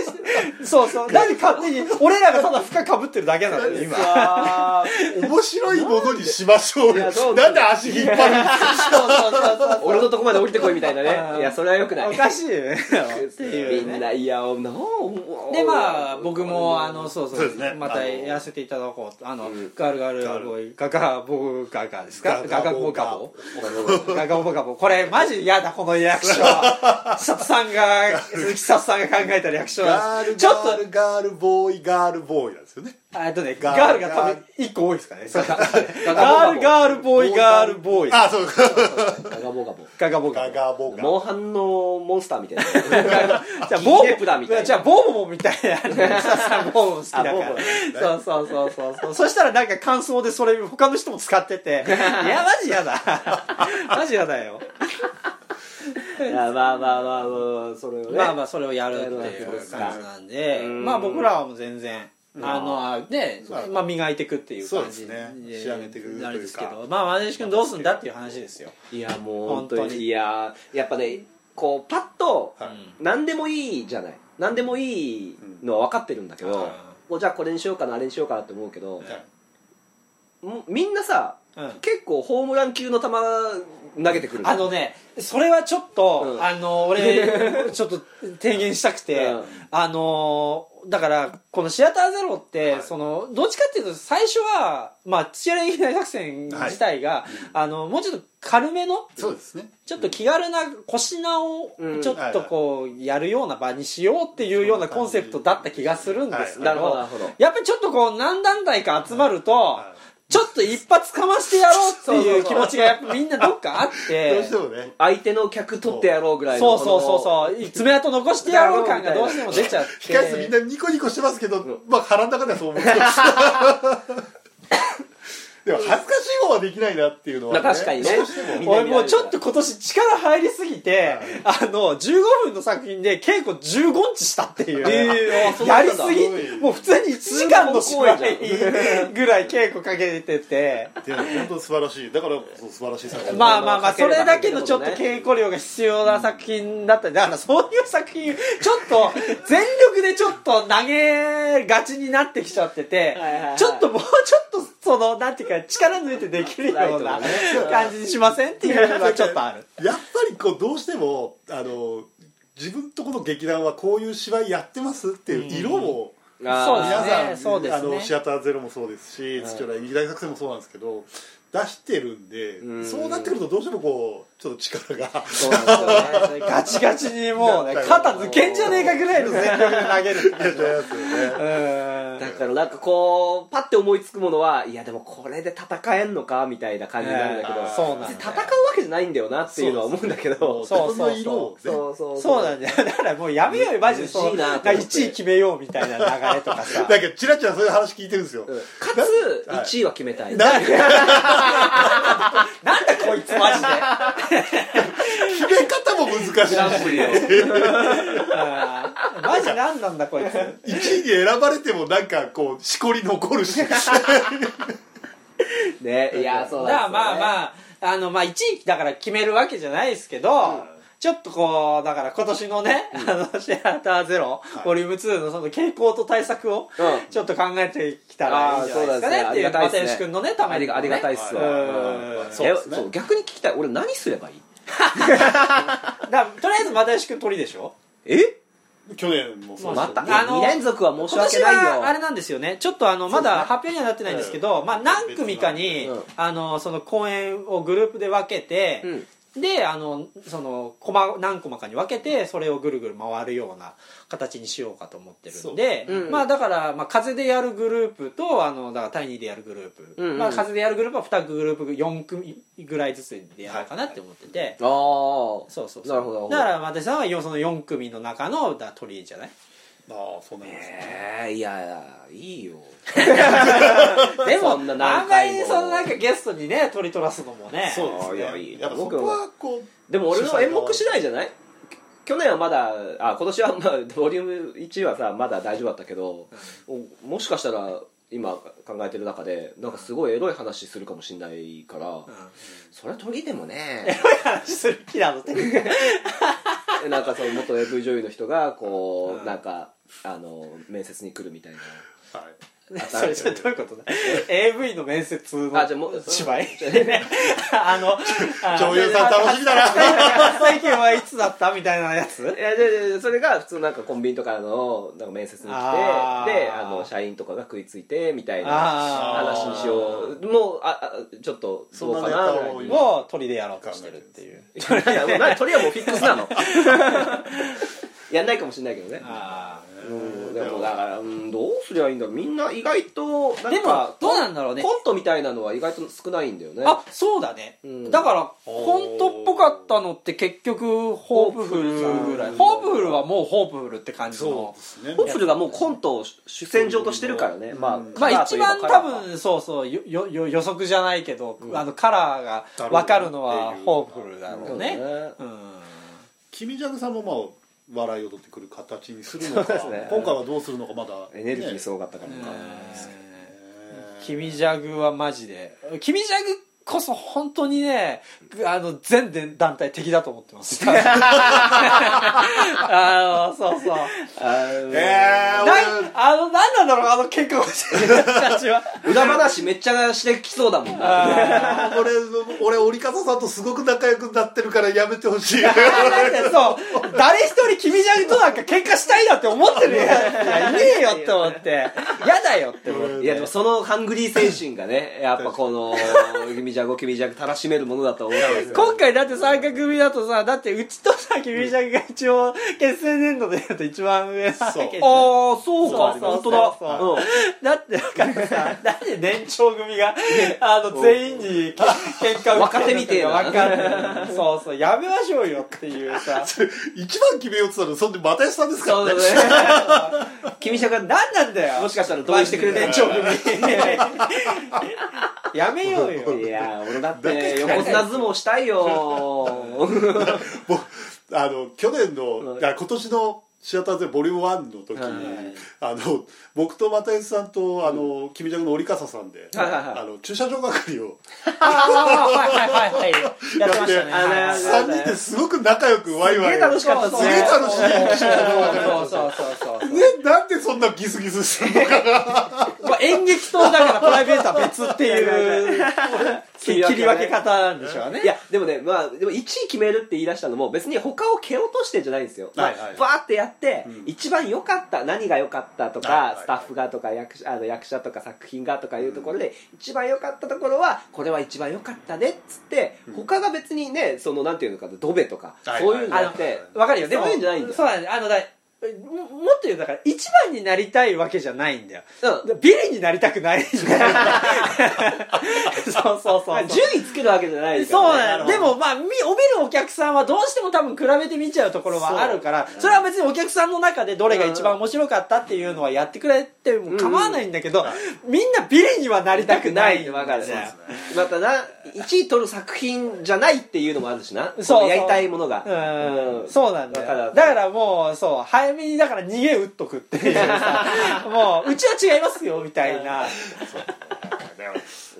S1: そうそう何勝手に俺らがただ負荷かぶってるだけなんだよ今
S2: わー
S3: 面白いものにしましょう
S2: いや
S3: よ
S2: どう
S3: なんで足引っ張るんです
S1: そ
S3: か
S1: うそうそうそう
S2: 俺のとこまで降りてこいみたいな
S1: あ
S2: ね
S1: ー
S2: いやそれはよくない
S1: おかしいよねっていう
S2: み
S1: ね
S2: んないやおなお
S1: でまあ僕もあのそうそ
S3: そう
S1: う
S3: ですね
S1: また
S3: あの
S1: やらせていただこうとあの
S2: うん
S1: ガルガルガルガガボガガですかガガ
S3: ガガ
S1: ボ
S3: ボ
S1: ガ
S3: ガ
S1: ボ
S3: ボ
S1: ガガボガボこれマジ嫌だこのリアクション 千里さんが鈴木千里さんが考えたリアクション
S3: ガ
S1: なん
S3: ー
S1: です
S3: ル
S1: ちょっ
S3: ガールガールボーイガールボーイなんですよね
S1: とあえっとね
S3: ガ
S1: ガー
S3: ー
S1: ル
S3: ル
S1: が
S3: ガール
S1: 多分一個多いですかねそうガ
S2: ガガボガボ
S1: ールガールボーイガールボーイ
S3: あそうか
S2: ガガボガボ
S1: ガガボガ
S3: ガ
S1: ボ
S3: ガボガ
S2: モンハンのモンスターみたいな
S1: じゃあボ
S2: キーネ
S1: ー
S2: プ
S1: ボ
S2: だみたいな
S1: じゃあボーボもみたい なね草津さんボーボ好きだから
S2: あボーボだね
S1: そうそうそうそうそうそしたらなんか感想でそれ他の人も使って ていやマジやだ マジやだよ
S2: いやまあまあまあまあそれをね
S1: まあまあそれをやるっていう感じなんで
S2: うん
S1: まあ僕らはもう全然
S2: うん
S1: あのあで
S3: まあ
S1: まあ磨いていくっていう感
S3: そ
S1: じ
S3: うですね
S1: で
S3: 仕上げていくというか
S1: あれですけどまあマネージ君どうすんだっていう話ですよ
S2: いやもう本当に
S1: 本当に
S2: いややっぱねこうパッと
S3: はい
S2: 何でもいいじゃない何でもいいのは分かってるんだけど、
S1: うん
S2: もうじゃあこれにしようかなあれにしようかなって思うけど、
S3: はい
S2: もうみんなさ
S1: うん
S2: 結構ホームラン級の球投げてくる
S1: あのねそれはちょっと、
S2: うん
S1: あの俺ちょっと提言したくて、
S2: うん
S1: あのだからこの「シアターゼロって、そのどっちかっていうと最初は、まあ、土屋連大作戦自体が、あのもうちょっと軽めの
S3: そうですね
S1: ちょっと気軽な小品を
S2: うん
S1: ちょっとこうやるような場にしようっていうようなコンセプトだった気がするんですけど、
S2: なるほどなるほど
S1: やっぱりちょっとこう何団体か集まると、
S3: は
S1: ちょっと一発かましてやろうっていう気持ちがやっぱみんなどっかあっ
S3: い
S1: て
S3: どうしてもね
S2: 相手の客取ってやろうぐらい
S1: そ
S2: の
S1: うそうそうそう爪痕残してやろう感がどうしても出 ちゃっ
S3: 控え室みん
S1: て
S3: なニコニコしてますけど、
S2: ん
S3: まあ腹の中ではそう思ってるでも恥ずかしい方はできないなっていうのは、ね、
S2: まあ確かにね
S3: どうしても
S1: 俺もうちょっと今年力入りすぎて、あの、15分の作品で稽古15日したっていう。
S2: えーあそう
S1: や
S2: なん
S1: り
S2: だ
S1: すぎ、もう普通に1時間の芝居ぐらい稽古かけてて。
S3: でも本当素晴らしいだからそう素晴らしい作品
S1: まあまあまあ、
S2: かけ
S1: そ
S2: る
S1: れ
S2: だ
S1: だ
S2: けっ
S1: け
S2: てこ
S1: の
S2: とね
S1: ちょっと稽古量が必要な作品だったり、だからそういう作品、ちょっと全力でちょっと投げがちになってきちゃってて
S2: はいはいは、い
S1: ちょっともうちょっとその、なんていうか力抜いてできるような
S2: ライトなね
S1: 感じにしませんっていうのはちょっとある。
S3: やっぱりこうどうしてもあの自分とこの劇団はこういう芝居やってますっていう色を
S2: あー
S1: そうですね
S3: 皆さん、
S1: そうですね
S3: あのシアターゼロもそうですし
S2: はい
S3: 土浦演劇大作戦もそうなんですけど出してるんで
S2: うん
S3: そうなってくるとどうしてもこうちょっと力が
S2: そうなんですよね
S1: ガチガチにもうね、肩抜けんじゃねえかぐらいの全力で投げるって
S3: 出
S1: いう
S3: ちゃいますよね
S1: うーん
S2: だからなんかこうパッて思いつくものはいやでもこれで戦えんのかみたいな感じになるんだけど、
S1: えーそうなんだよ
S2: 戦うわけじゃないんだよなっていうのは思うんだけど
S1: そう
S3: 自分の色をね
S2: そうそう
S1: そうなんだよ。だからもうやめようよ、マジで。
S2: 嬉しいな
S1: その
S2: と思
S1: な
S2: っ
S1: ん
S2: て
S1: か1位決めようみたいな流れとかさ。
S3: だけどチラチラそういう話聞いてるんですよ、
S2: うんかつ
S3: はい
S2: 1位は決めたい、
S3: なんか
S1: なんだこいつマジで。
S3: 決め方も難しいし
S1: うんマジなんなんだこいつ。
S3: 1位に選ばれてもなんかこうしこり残るし
S2: ねいやそうなんですよね
S1: だからまあまああのまあ1位だから決めるわけじゃないですけど、ちょっとこうだから今年のね、あのシアターゼロ、ボリューム2のその傾向と対策を
S2: うん
S1: ちょっと考えてきたらいいんじゃないですかねっていう
S2: あーそう
S1: 又
S2: ですね
S1: 吉君のねため
S2: あ
S1: に
S2: り
S1: も
S2: があ
S1: ね
S2: りがたいっすわ、
S1: うん
S2: ん
S3: そうですね
S2: え逆に聞きたい俺何すればいい
S1: だからとりあえず又吉君鳥でしょ
S2: え
S3: 去年もそうで
S2: ま
S3: したね
S1: あの
S2: 2連続は申し
S1: 今
S2: 訳
S1: 年
S2: ないよ
S1: はあれなんですよねちょっとあのまだ発表にはなってないんですけど、まあ、何組かに、
S2: うん
S1: あのその公演をグループで分けて、
S2: うん
S1: であのそのコマ何コマかに分けてそれをぐるぐる回るような形にしようかと思ってるんで、
S2: そううん
S1: まあ、だから、まあ、風でやるグループとあのだから第2でやるグループ、
S2: うんうん
S1: まあ、風でやるグループは2グループ4組ぐらいずつでやろうかなって思ってて。
S2: あー
S1: そうそうそう
S2: なるほどなるほど
S1: だから松井さんはよその4組の中のだから鳥居じゃない
S3: ああそうなんですね
S2: えーいやいやいい よ
S1: でもあ
S2: そんな何
S1: んま
S2: 回も
S1: りそのなんかゲストにね取り取らすのもね
S3: そうです
S2: いやいい
S3: ねやっぱそこはこう
S2: でも俺の演目次第じゃない去年はまだあ今年はまあボリューム1はさまだ大丈夫だったけど、おもしかしたら今考えてる中でなんかすごいエロい話するかもしれないから、それは途切でも
S1: エ
S2: ね
S1: ロい話 する気なのって
S2: えなんかその元 AV 女優の人がこう、
S1: うん
S2: なんかあの面接に来るみたいな
S3: はい
S1: ね それそれどういうことだ AV の面接の
S2: あじゃあもう
S1: 芝居ね あのあ
S3: 女優 さん楽しみだな
S1: 初体験はいつだったみたいなやつ
S2: いやでででそれが普通なんかコンビニとかのなんか面接に来て
S1: あー
S2: であの社員とかが食いついてみたいな
S1: あ
S2: 話
S1: ー
S2: にしようもうああちょっとどうか
S3: そんなネ
S2: な
S3: タ
S2: ぐらい
S3: 多い
S2: に
S1: を鳥でやろうとしてるっていう
S2: いやもうな鳥はもうフィックスなのやんないかもしれないけどね
S1: あー
S2: うんでもだから、うん、どうすりゃいいんだろうみんな意外となんか
S1: でもどうなんだろうね
S2: コントみたいなのは意外と少ないんだよね
S1: あそうだね、
S2: うん
S1: だからコントっぽかったのって結局ホープフルぐらいホ
S2: ホー
S1: ープ
S2: プ
S1: フ
S2: フ
S1: ル
S2: ル
S1: はもうホープフルって感じ
S3: そ
S1: の
S3: うですね
S2: ホッフルがもうコントを主戦場としてるからね、まあ、
S1: ま
S2: カ
S1: あ
S2: ラーと
S1: 一
S2: いえば
S1: 番
S2: カラー
S1: 多分そうそうよよよ予測じゃないけど、あのカラーが
S3: だろう
S1: 分かるのはホープフルだ
S2: そ
S1: ろう
S2: うだ
S1: ね
S2: ね
S1: うん
S3: 君ジャグさんもまあ笑いを取ってくる形にするのか、
S2: そうですね
S3: 今回はどうするのかまだ、
S2: エネルギーす
S3: そう
S2: ごかったからね、
S1: 君ジャグはマジで君ジャグこそ本当にねあの全で団体敵だと思ってます あのそうそう
S3: え
S2: え
S3: ー、
S1: な
S3: 俺
S1: いあの何なんだろうあの結婚してる人た ちは
S2: ー、裏話めっちゃしてきそうだもんな
S1: あ
S3: 俺俺折笠さんとすごく仲良くなってるからやめてほ しい
S1: ーだってそう誰一人君じゃんとなんか喧嘩したいなって思ってるやつがいねえよって思ってやだよって思って
S3: うん
S2: いやでもそのハングリー精神がねやっぱこの「君じゃご君じゃご」たらしめるものだと思うんですよ
S1: 今回だって参加組だとさだってうちとさ君じゃんが一応結成年度で言うと一番上なわけじゃん
S2: ああそうか
S1: そうそう
S2: 本当だ
S1: そうそだってだからさ なんで年長組があの全員に喧嘩売
S2: 若手みてえな
S1: 分かんない そうそうやめましょうよっていう さ
S3: 一番決めようって言ったのそんで又吉さんですから
S2: そう
S3: ね
S2: だね君じゃが
S1: 何なんだよ
S2: もしかしたら同意してくれて
S1: 年
S2: る
S1: 長組やめよう よ
S2: いや俺だって横綱相撲したいよ
S3: もうあの去年の、あ今年のシアターゼボリューム1の時に、
S2: はい
S3: あの僕と又吉さんとあの、君ジャグの折笠さんで、
S2: はいはいはい
S3: あの駐車場係を
S1: ああはいはいはいやってましたね
S2: やって
S1: はい
S2: あの
S3: 3人ですごく仲良くワイワイ
S2: すげえ楽しかったっ
S3: すげえ楽しい
S1: そうそうそうそう
S3: ねなんでそんなギスギスするのか
S1: まあ演劇とだからプライベートは別っていう切り分け方なんでしょうね
S2: いやでもねまあでも1位決めるって言い出したのも別に他を蹴落としてんじゃないんですよ、
S3: はいはい
S2: バーってやって、
S3: ん
S2: 一番良かった何が良かったとか、
S3: はいはいはい
S2: スタッフがとか役者あの役者とか作品がとかいうところで、一番良かったところはこれは一番良かったねっつって、他が別にねそのなんていうのかなドベとか、
S3: はいはい
S2: そういうんじゃなくて
S1: わかるよでも
S2: そういうんじゃないんだよ
S1: そうだねあのだももっと言うとだから一番になりたいわけじゃないんだよ
S2: うん
S1: ビリになりたくないん だよそうそうそうそう
S2: 順位つけるわけじゃないです
S1: そう
S2: から、
S1: だ
S2: ね、
S1: よでもまあ見見るお客さんはどうしても多分比べて見ちゃうところはあるからそ,、れは別にお客さんの中でどれが一番面白かったっていうのはやってくれても構わないんだけど、みんなビリにはなりたくないんだよ
S2: わかるまたな1位取る作品じゃないっていうのもあるしな
S1: そう
S2: このやりたいものが
S1: うんそうなんだ
S2: わかるわ
S1: よ
S2: かる
S1: だからもうそう早めにだから逃げ打っとくっていうさ もううちは違いますよみたいな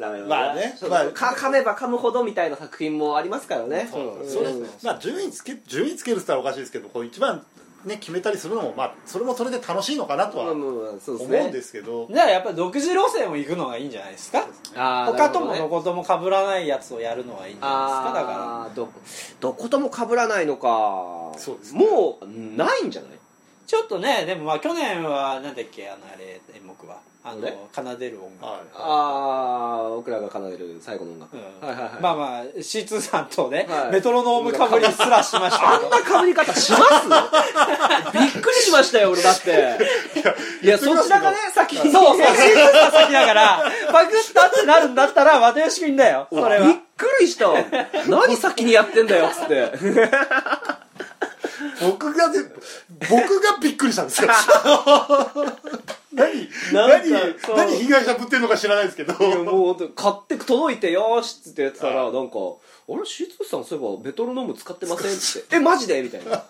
S2: ダメだな
S3: まあね
S2: そう
S3: まあ
S2: か噛めば噛むほどみたいな作品もありますからね
S1: そう
S3: それまあ順位つけ順位つけるって言ったらおかしいですけどこう一番ね決めたりするのもまあそれもそれで楽しいのかなとは
S2: まあま
S3: 思
S2: あまあそうですね
S3: うんですけど
S1: だからやっぱり独自路線を行くのがいいんじゃないですか
S2: あー
S1: 他とも
S2: なる
S1: ど
S2: ほどね
S1: ことも被らないやつをやるのがいいんじゃないですかだから
S2: あーどこどことも被らないのか
S3: そうですね
S2: もうないんじゃない
S1: ちょっとねでもまあ去年はなんだっけあのあれ演目はあの
S2: どれ
S1: 奏でる音楽、
S3: は
S2: ああ僕らが奏でる最後の音楽
S1: うん
S2: はいはいはい
S1: まあまあ C2 さんとね、
S2: はい
S1: メトロノームかぶりすらしました
S2: あ
S1: け
S2: ん
S1: ど
S2: な被り方します びっくりしましたよ俺だっていやそちらがね先に
S1: そうそう、シーズンが先だから、パクったってなるんだったら、又吉君だよ、それ
S2: びっ
S1: は。
S2: くりした何先にやってんだよっつって
S3: い僕がで僕がびっくりしたんですよ何
S2: なん
S3: 何
S2: かそう
S3: 何被害者ぶってるのか知らないですけど
S2: いやもう本当買ってく届いてよーしっつってやってた らなんか「あれ C2 さんそういえばベトロノーム使ってません」って「えマジで?」みたいな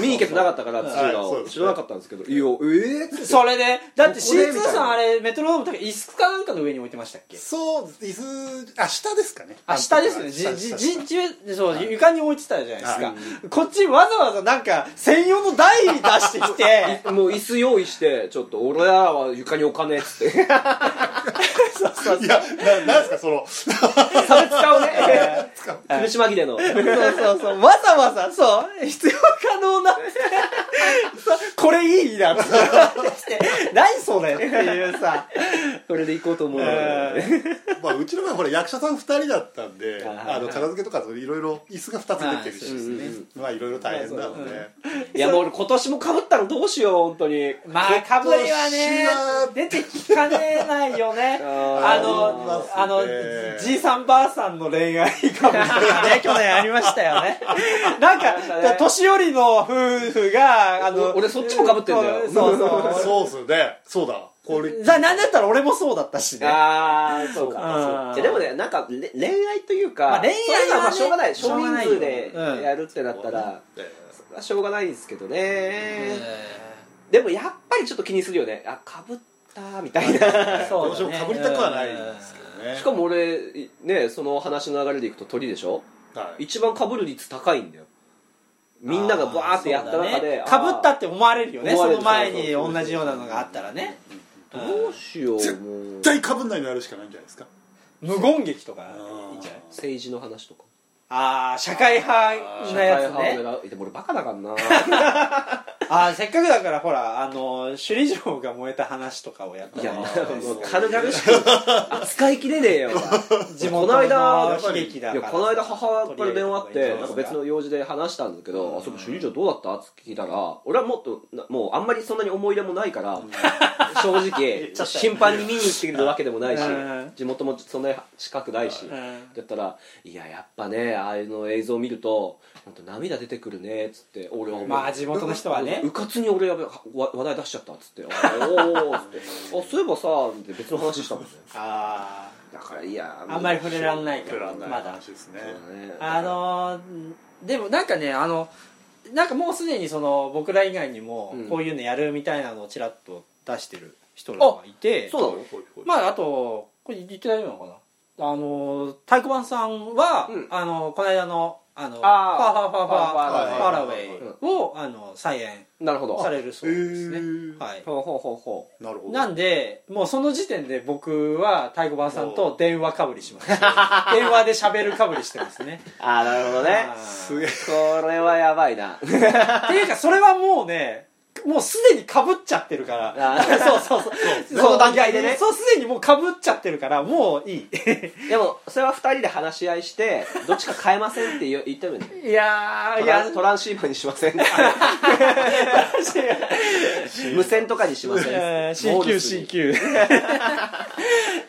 S2: 見に行けてなかったから
S3: はい
S2: 土浦
S3: そう
S2: を
S3: ですね
S2: 知らなかったんですけど「いいよええっ?」
S1: それでだって
S2: ここで
S1: C2
S2: みたい
S1: さん
S2: な
S1: あれメトロノームとか椅子かなんかの上に置いてましたっけ
S3: そう椅子あ下ですかね
S1: あ下ですね
S3: 下
S1: じ
S3: 下
S1: じ
S3: 下
S1: じじそう、床に置いてたじゃないですか、
S3: は
S1: こっちわざわざなんか専用の台出してき て
S2: もう椅子用意してちょっと俺らは床に置かねえっつって
S1: そうそう
S3: いやななんですかその
S2: 差別化をね
S3: 使う
S2: 苦し紛れの
S1: そうそうそうわざわざそう必要可能な そうこれいいなって言って何それっていうさ
S2: それで行こうと思うので
S3: まあ、うちの場合ほら役者さん2人だったんで
S2: あー
S3: あの片付けとかいろいろ椅子が2つ出てるし、
S1: はい
S2: そうですね
S3: まあいろいろ大変なので、
S2: いやもう俺今年もかぶったらどうしよう本当に
S1: まあかぶりはね
S3: 今
S1: 出てきかねないよねあの
S3: あ
S1: あ
S3: りま
S1: の
S3: すね
S1: じいさんばあさんの恋愛かもしれないね去年ありましたよね なん
S2: ありました
S1: か
S2: ね
S1: 年寄りの夫婦があの
S2: お俺そっちも被ってんだよ
S1: そうそうそう
S3: そうっすねそうだこれ
S1: じゃあ何だったら俺もそうだったしね
S2: ああそう
S1: か
S2: か
S1: そう
S2: でもねなんかれ恋愛という
S1: ま
S2: か
S1: あ恋愛
S2: そう
S1: はね
S2: いうのはまあしょうがない
S1: しょ
S2: 少
S1: うが
S2: 人
S1: ないよ
S2: 数で
S1: うん
S2: やるってなったらそれはしょうがないんですけどねでもやっぱりちょっと気にするよねあかぶったみたいな
S1: そう
S3: どうしようかぶりたくはないですけどね
S2: しかも俺いねその話の流れでいくと鳥でしょ
S3: はい、
S2: 一番かぶる率高いんだよみんながバーってやった中で
S1: かぶった
S2: あ
S1: って思われるよね
S2: 思
S1: そ
S2: われる
S1: の前に同じようなのがあったらね
S2: ーどうしようもう
S3: 絶対かぶんないのやるしかないんじゃないですか
S1: 無言劇とかいいんじゃない
S2: 政治の話とか
S1: ああ社会派なやつ
S2: 社会
S1: ね
S2: 派を狙うでも俺バカだからな
S1: あーせっかくだからほらあの首里城が燃えた話とかをやった
S2: いや
S1: ら
S2: も
S1: ね
S2: う軽々しく扱いきれね えよ
S1: 地元
S2: この間
S1: の悲劇
S2: い
S1: だか
S2: や
S1: ら
S2: この間母親から電話あっ
S1: 取り
S2: て
S1: 上
S2: なん
S1: げた
S2: か
S1: 方がいいんじゃないです
S2: 別の用事で話したんですけど「あそこ首里城どうだった?」って聞いたら俺はもっとなもうあんまりそんなに思い入れもないから 正直
S1: ちゃったよ
S2: 頻繁に見に行ってくるわけでもないし
S1: うん
S2: 地元もそんなに近くないし
S1: うん
S2: だったら「いややっぱねああいうの映像を見ると本当涙出てくるね」っつって俺は思う
S1: まあ地元の人はね
S2: うかつに俺やべはわ話題出しちゃったっつ って「あおお」っつってあ「そういえばさ」って別の話したもんね
S1: あ
S2: だからいや
S1: ああんまり触れらんないか
S3: く
S1: ら
S3: らない
S1: まだ
S3: 話ですね
S2: そうだね
S1: あのーでもなんかねあのなんかもうすでにその僕ら以外にも
S2: うん
S1: こういうのやるみたいなのをちらっと出してる人らがいて
S2: そうなの
S1: まああとこれ言って大丈夫なのかなあのー太鼓判さんは、
S2: うん
S1: あのこの間の「あのファーフ
S2: あー
S1: ァーファーファーフ
S2: ファーファー
S1: ァーラウェイ」をあの再演
S2: なるほど
S1: されるそうです
S3: へ
S1: ね、
S3: ー
S1: はい、
S2: ほうほうほうほ
S3: なるほど
S1: なんでもうその時点で僕は太鼓判さんと電話かぶりしました電話で喋るかぶりしてますね
S2: うああなるほどね
S1: あー
S3: すげえ
S2: これはやばいな
S1: っていうかそれはもうねもうすでにかぶっちゃってるから
S2: あー
S1: そうそうそう
S2: そうその段階でね
S1: そうすでにもうかぶっちゃってるからもういい
S2: でもそれは2人で話し合いしてどっちか変えませんって言う言ってもいいの
S1: いやー
S2: ト
S1: い
S2: ラ
S1: や
S2: ントランシーバーにしません無線とかにしません
S1: えー
S2: モールス
S1: CQCQ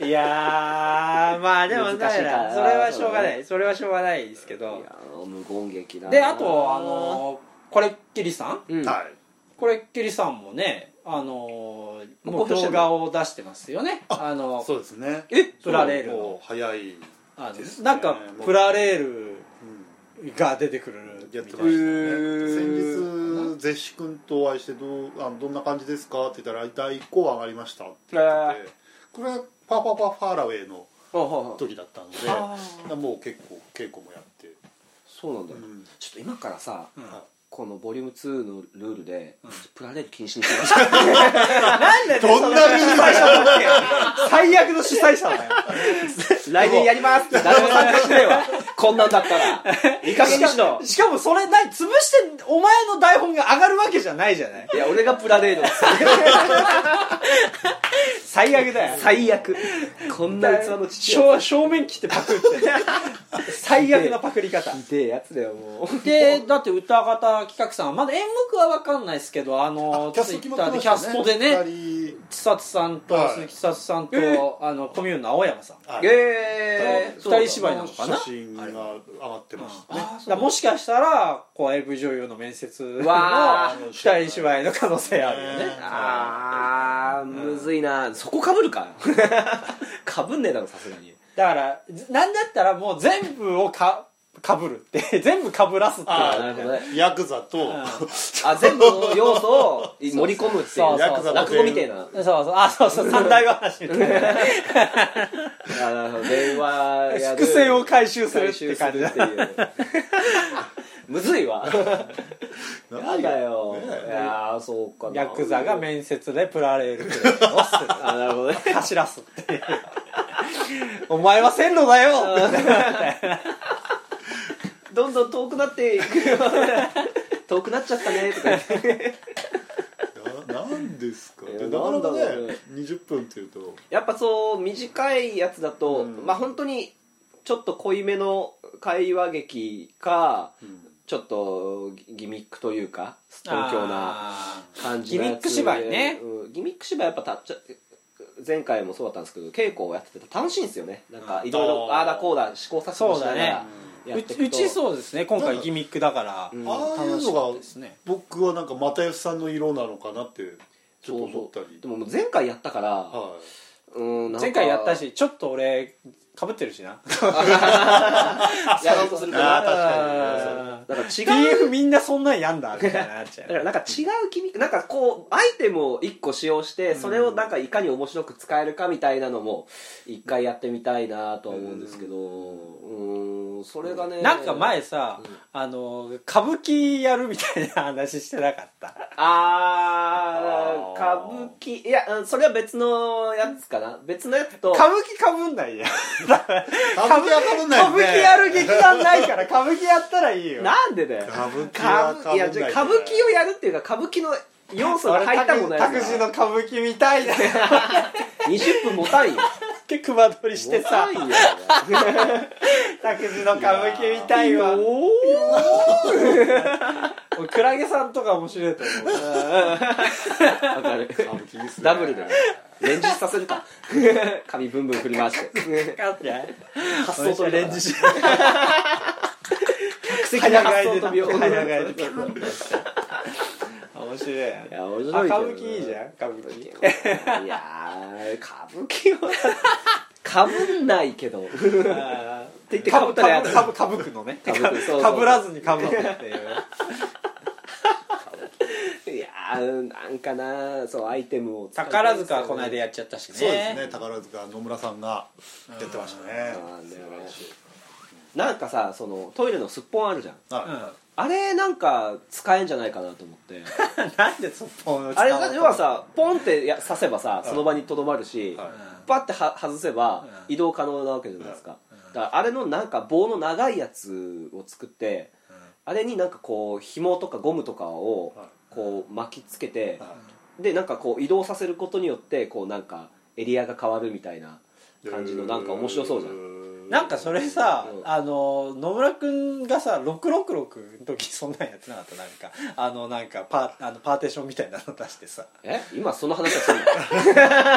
S2: に
S1: いやーまあでもだ
S2: 難し
S1: か
S2: いから
S1: ら
S2: な
S1: それはしょうがな
S2: そうだ
S1: いそれはしょうがないですけ
S2: いや
S1: ど
S2: ー無言劇だな
S1: であとあのーこれっきりさん
S2: うん
S3: はい
S1: これっきりさんもねあのー
S2: もう
S1: もう
S2: 公表して
S1: 動
S2: る
S1: 画を出してますよねあの
S3: そうですね
S2: え
S1: プラレールの
S3: もう早い、
S1: あ
S3: そうです
S1: の
S3: ね
S1: なんかプラレール
S3: うん
S1: が出てくる
S3: やってました
S2: へ
S3: ね
S2: ー
S3: 先日ゼッシ君とお会いしてどうあのどんな感じですかって言ったら第1項上がりましたって言っててこれはパーパーパーファーラウェイの
S2: ほうほうほう
S3: 時だったのでもう結構稽古もやって、
S2: そうなんだよ
S3: うん
S2: ちょっと今からさ
S1: うん
S3: は
S2: このボリューム2のルールでプラレール禁止にしましょう
S1: なんで
S3: どんなルール
S1: 主催者だっけ最悪の主催者だよ
S2: 来年やりますって誰も参加しねえわこんなんだったらいい加減にしろ
S1: しかもそれ何潰してお前の台本が上がるわけじゃないじゃない
S2: いや俺がプラレールです
S1: 最悪だよ
S2: 最悪こんな器のちっちゃい
S1: 正正面切ってパクって 最悪なパクり方
S2: ひでえやつだよもう
S1: でだって歌方企画さんはまだ演目は分かんないですけどあの
S3: い、キャスト
S1: ツ
S3: 決
S1: イ
S3: ま
S1: ッター
S3: ってま
S1: で
S3: し
S1: キャ
S3: た
S1: ス
S3: ね
S1: トでね
S3: 二人
S1: 千里さんと
S3: はい
S1: 鈴木千里さんと、
S2: え
S1: あのコミューンの青山さん
S3: はい
S2: え
S1: 二
S2: そうだ
S1: 人芝居なのかな
S3: 写真が上がってました
S1: だ
S3: ね
S1: からもしかしたらこう AV 女優の面接の
S2: わ
S1: 二人芝居の可能性あるよね
S3: ね
S2: あーむずいなそこかぶるかかぶんねえだろさすがに
S1: だからずなんだったらもう全部をかかぶるって 全部かぶらすっていう
S3: あ
S2: あなるほどね
S3: ヤクザと、
S2: あ全部の要素を盛り込むって
S1: そうそう
S2: い
S3: ヤクザ
S2: う
S3: の
S2: 落語みたいな
S1: そうそうあそう そう三大話みたいな
S2: あなるほど電話やる
S1: 伏線を回収するっ
S2: 回収
S1: て
S2: するっ
S1: 感
S2: て
S1: じ
S2: い
S1: だ
S2: うむずいわなんだよ
S3: ね
S2: いやーそうかな
S1: ヤクザが面接でプラレールクレームをする
S2: あなるほどね
S1: 走らすっていうお前は線路だよ
S2: どんどん遠くなっていくよ遠くなっちゃったねとか言って
S3: ななんですか
S2: いや
S3: でなかなかね
S2: なんだろうね
S3: 20分っていうと
S2: やっぱそう短いやつだと、
S3: うん
S2: まあ本当にちょっと濃いめの会話劇か、
S3: ん
S2: ちょっとギミックというかすっとんきょうな感じのやつ
S1: ギミック芝居ね
S2: うんギミック芝居やっぱたっちゃ前回もそうだったんですけど稽古をやってて楽しいんですよねなんかいろい
S3: あ
S2: ろ
S3: ー
S2: ああだこうだ試行錯誤しながらや
S1: う
S2: っていくと
S1: ちうちそうですね今回ギミックだから、
S2: うん
S3: ああいう
S1: 楽しかっ
S3: の
S1: た
S3: が
S1: ですね
S3: 僕はなんか又吉さんの色なのかなってちょっと思ったり
S2: でももう前回やったから、
S3: は
S2: うんなんか
S1: 前回やったしちょっと俺かぶってる しな
S2: やろうとするとなん
S1: あ
S3: あー確
S2: か違
S1: ー
S2: う
S1: PF みんなそんなんやんだみたいになっ ちゃ
S2: だから
S1: う
S2: なんか違う君なんかこうアイテムを1個使用してそれをなんかいかに面白く使えるかみたいなのも一回やってみたいなとは思うんですけどうんそれがね
S1: なんか前さ、あの歌舞伎やるみたいな話してなかった
S2: あー
S3: あー
S2: 歌舞伎いやうんそれは別のやつかな別のやつと
S1: 歌舞伎かぶんないや ん
S3: い歌舞伎はかぶんない
S1: 歌舞伎やる劇団ないから歌舞伎やったらいいよ
S2: なんでだよ
S3: 歌舞伎は
S2: 歌
S3: かぶ
S2: 舞い
S3: んな
S2: や
S3: い
S2: じゃあ歌舞伎をやるっていうか歌舞伎の要素が入ったものや
S1: タクシー
S2: つ
S1: の歌舞伎みたいな
S2: 20分もたんよ
S1: 熊取りしてさ
S2: もたんよ
S1: タクシーの歌舞伎みたいわ
S2: お
S1: 俺クラゲさんとか面白いと思う
S2: ーわかる
S3: 歌舞伎ですね
S2: ダブルで連日させるか 髪ブンブン振り回して
S1: かって
S2: 発想と
S1: レンジし
S2: 客席の
S1: 早
S2: 発
S1: 買い
S2: 想
S1: で
S2: と
S1: 早
S2: びを
S1: 買いでピャンってやった面白いや
S2: い
S1: ん
S2: や面
S1: あ
S2: 白いけ
S1: 歌
S2: ど
S1: 舞伎いいじゃん歌舞伎
S2: んいやー歌舞伎はかぶんないけどって言ってかぶったらやだ
S1: かぶかぶかぶくのね
S2: かぶくそうそう
S1: かぶらずにかぶるっていう
S2: いやーなんかなそうアイテムを使いたい
S1: 宝
S2: ですよね
S1: 塚はこの間やっちゃったしね
S3: そうですね宝塚野村さんがやってましたね
S2: なんだよねなんかさそのトイレのすっぽんあるじゃん
S3: は
S2: あれなんか使えんじゃないかなと思って
S1: うん なんでそこの
S2: あれ要はさポンってや刺せばさその場にとどまるし、
S3: はい
S2: パッては外せば
S1: うん
S2: 移動可能なわけじゃないですか、だからあれのなんか棒の長いやつを作って、あれになんかこう紐とかゴムとかを
S3: はい
S2: こう巻きつけて、
S3: は
S2: でなんかこう移動させることによってこうなんかエリアが変わるみたいない感じのなんか面白そうじゃん
S3: ん
S1: なんかそれさ、
S2: うん
S1: あの野村くんがさ666の時そんなんやってなかったなんかあのなんかパーあのパーテーションみたいなの出してさ
S2: え今その 話はするの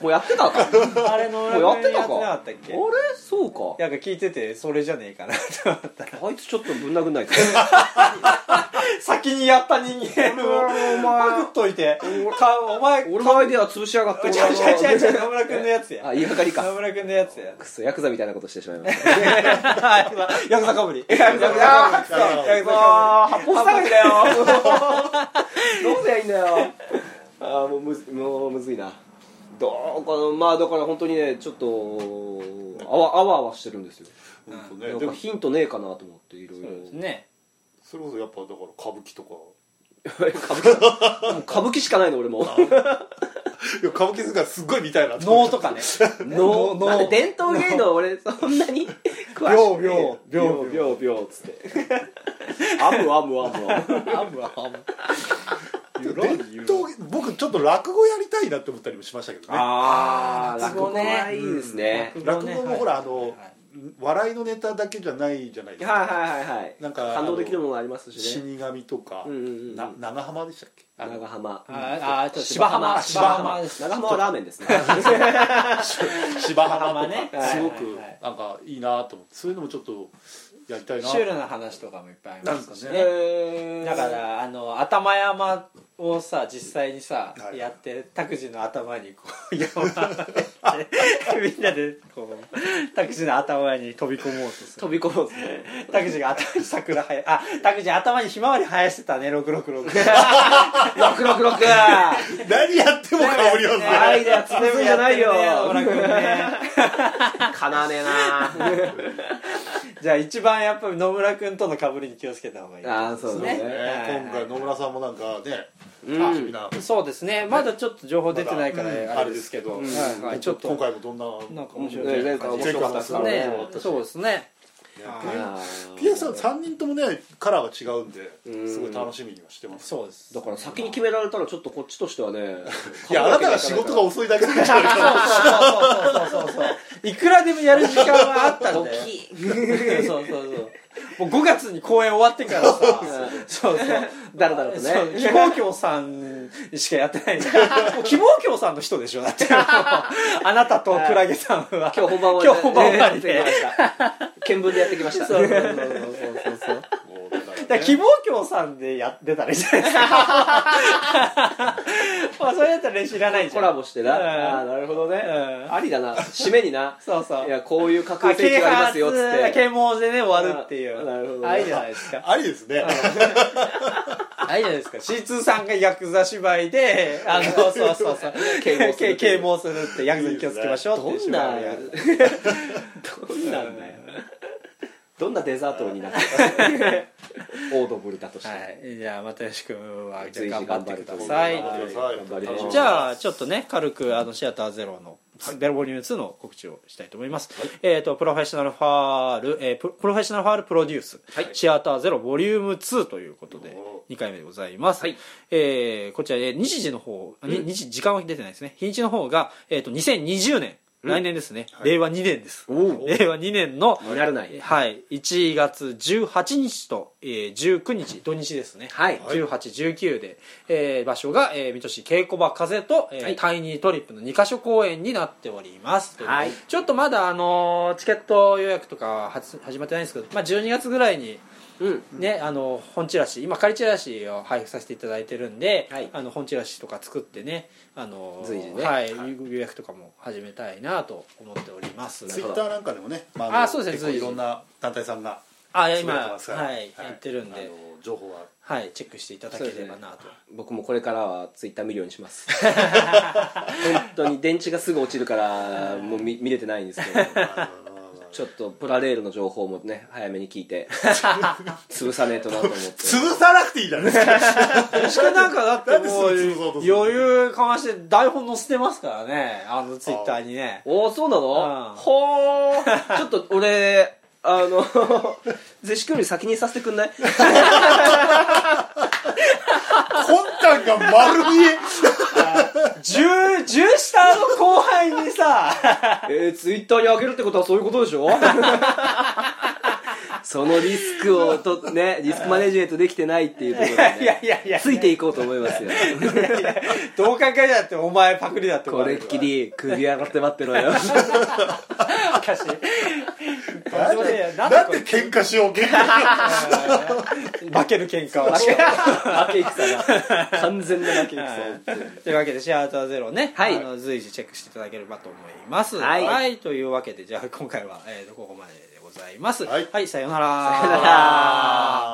S2: もうやってたか
S1: あれ野
S2: もうや
S1: 村
S2: っ
S1: くん
S2: て
S1: や
S2: た
S1: って
S2: か
S1: なか
S2: あ
S1: ったっ
S2: れ
S1: け
S2: そうか
S1: なんか聞いてて それじゃねえかなと思った
S2: あいつちょっとぶん殴ん ないと
S1: 先にやった人間を
S2: 俺はお前
S1: パクっといてかお前
S2: 俺のアイデア潰しやがって
S1: 違う
S2: 俺は
S1: 違う違う違う野村くんのやつや
S2: あ言いがかりか
S1: 野村くんのやつや
S2: クソヤクザみたいなことしてしまいました
S1: ヤクザかぶりヤ
S2: あ
S1: クザかぶりヤクザか
S2: あ発泡スタイルだよ飲んでやいいんだよああもうむずもうむずいなどうかなまあだから本当にねちょっとあわあわあわしてるんですよ
S3: 本当
S2: な
S3: ね
S2: ん
S3: で
S2: か
S3: も
S2: ヒントねえかなと思っていろいろ
S1: ぶりね
S3: それこそやっぱだから歌舞伎とか
S2: 歌舞伎もう歌舞伎しかないの俺も
S3: いや歌舞伎塚すっごい見たいなと思
S1: 能
S3: っ
S1: とかね
S2: の
S1: 能
S2: なんで伝統芸能俺そんなに詳し
S1: 秒
S2: く
S1: 秒秒
S2: 秒秒秒つってあむあむあむあむ
S1: アムアム
S3: て伝統芸僕ちょっと落語やりたいなって思ったりもしましたけどね
S2: あー
S1: 落
S2: 落
S1: 語
S2: 語
S1: ね
S2: ねいいですね
S3: 落語もほらあの
S1: い
S3: 笑いのネタだけじゃないじゃないですか
S2: はいはいはいはい
S3: なんか
S2: 感動できるものがありますし
S3: 死
S2: ね
S3: 神とか
S2: うんうんうん
S3: な長浜でしたっけあの
S2: 長浜
S1: ああちょっと
S2: 芝浜
S1: 芝浜です
S2: 長浜はラーメンですね
S3: 芝浜とか
S1: 芝浜ね
S3: すご
S1: はいは
S3: く
S1: いはい
S3: なんかいいなと思ってそういうのもちょっとやりたいな
S1: シュールな話とかもいっぱいあります
S3: なんか
S1: ね
S2: えー
S1: だからあの頭山をさ実際にさ、
S3: はい
S1: やって拓司の頭にこう山でみんなでこう拓司の頭に飛び込もうとする
S2: 飛び込むんですね
S1: 拓司が頭に桜生えあ拓司頭にひまわり生やしてたね666
S2: 六六六。
S3: 何やっても香りますね
S2: アイデアつぶすんじゃないよ
S1: やってるね小倉君ね
S2: かなねえな。
S1: じゃあ一番やっぱり野村君との被りに気をつけた方がいい
S2: ああそうです
S1: ね
S2: ね。
S1: はい
S3: ね今回野村さんもなんかね、
S2: うん
S3: あ遊びな
S1: そうですねまだちょっと情報出てないから
S3: まだうん
S1: あれですけど、
S3: あ
S2: れですけど
S1: はい
S2: うん
S1: はいちょっと
S3: 今回もどんな
S1: なんか面白い
S2: ね
S1: ね
S2: 前回面白かったですから
S1: ね
S2: ね。
S1: そうですね
S3: ねピアさん3人ともねカラーが違うんですごい楽しみにはしてます
S1: そうです
S2: だから先に決められたらちょっとこっちとしてはね。
S3: いやあなたが仕事が遅いだけで
S1: そうそうそうそうそういくらでもやる時間はあったん
S2: ド
S1: だよ
S2: キ
S1: そうそうそうもう5月に公演終わってから さそうそう
S2: だらだらとね
S1: そう希望教さんしかやって ないんだもう希望教さんの人でしょだってもう あなたとクラゲさん
S2: 今
S1: は
S2: 日本番は
S1: 今日本番終わり
S2: やって
S1: で
S2: きました。見分でやってきました。
S1: そうそうそう
S2: そうそう。
S3: もうだからね
S1: だから希望教さんでやってたらいいじゃない ですかまあそれだったら練習いらないじゃ
S2: コ
S1: ん
S2: ラボしてな。
S1: うん
S2: ああなるほどね。
S1: うん
S2: ありだな。締めにな。
S1: そうそう
S2: いやこういう確定性がありますよっつっ
S1: 啓発啓
S2: て。
S1: 蒙でね終わるっていう
S2: あなるほどね
S1: あいいじゃないですか
S3: ありですね
S1: あいいじゃないですか C2 さんがヤクザ芝居であの そうそうそう
S2: 啓蒙する
S1: 啓啓蒙するってヤクザに気をつけましょうって
S2: ど
S1: いうん芝居
S2: な
S1: をやる
S2: どんなんだよどんなデザートになってたオードブルだとして、
S1: はいじゃあ又吉君はじ
S2: 随時
S1: ゃあ頑張ってくださ
S2: はい
S1: い
S3: 頑張ってくだ
S2: 頑張りましょう
S1: じゃあちょっとね軽くあのシアターゼロのベロボリューム2の告知をしたいと思います、えっ、とプロフェッショナルファール、えープロプロフェッショナルファールプロデュース、シアターゼロボリューム2ということで
S3: お
S1: 2回目でございます、
S2: はい
S1: えーこちら、えー日時の方、に日時時間は出てないですね日にちの方が、えー、と2020年来年ですね、令和2年です
S2: お
S1: 令和2年の
S2: にならない
S1: はい1月18日と、えー19日土日ですね
S2: はい
S1: 1819で、えー場所が、えー水戸市稽古場風と、えー
S2: はい
S1: タイニートリップの2カ所公演になっております、
S2: はい
S1: ちょっとまだ、あのーチケット予約とかは始始まってないんですけど、まあ、12月ぐらいに
S2: うん
S1: ね、あの本チラシ今仮チラシを配布させていただいてるんで、
S2: はい
S1: あの本チラシとか作ってねあの
S2: 随時ね
S1: はい、予約とかも始めたいなと思っております
S3: ツイッターなんかでもね、ま
S1: あそうですね
S3: 結構いろんな団体さんが
S1: あ今、
S3: やって
S1: は
S3: ますから
S1: い、やってるん
S3: あ
S1: で、
S3: の情報は
S1: はい、チェックしていただければなと、
S2: 僕もこれからはツイッター見るようにします 本当に電池がすぐ落ちるからもう見見れてないんですけど
S3: あの
S2: ちょっとプラレールの情報もね早めに聞い て潰さねえとなと思って
S3: 潰さなくていいじゃないですか
S1: それなんかだっ
S3: なん
S1: て
S3: で
S1: もう
S3: すぐ潰そうとする
S1: 余裕かまして台本載せてますからねあのツイッターにね
S2: おおそうなの、
S1: うん
S2: ほーちょっと俺あの ゼシ君より先にさせてくん ない
S3: 魂胆が丸見え
S1: 10 10下の後輩にさ
S2: えー、ツイッターに上げるってことはそういうことでしょ そのリスクをと、ね、リスクマネジメントできてないっていうところで、ね、
S1: いやいやいや
S2: ついていこうと思いますよ。
S1: どう考えたってお前パクリだって思
S2: こ
S1: わ
S2: れっ
S1: る
S2: きり首上がって待ってろ よ。
S1: おかしい
S3: なんでなんで喧嘩しよう喧 嘩
S1: 負ける喧嘩を
S2: 負け負け戦が。完全な負け戦。
S1: というわけでシアターゼロね、
S2: はい
S1: あの随時チェックしていただければと思います
S2: はい
S1: というわけでじゃあ今回は、えーとここまででございます
S3: はい
S1: さようなら
S2: よなら
S3: あー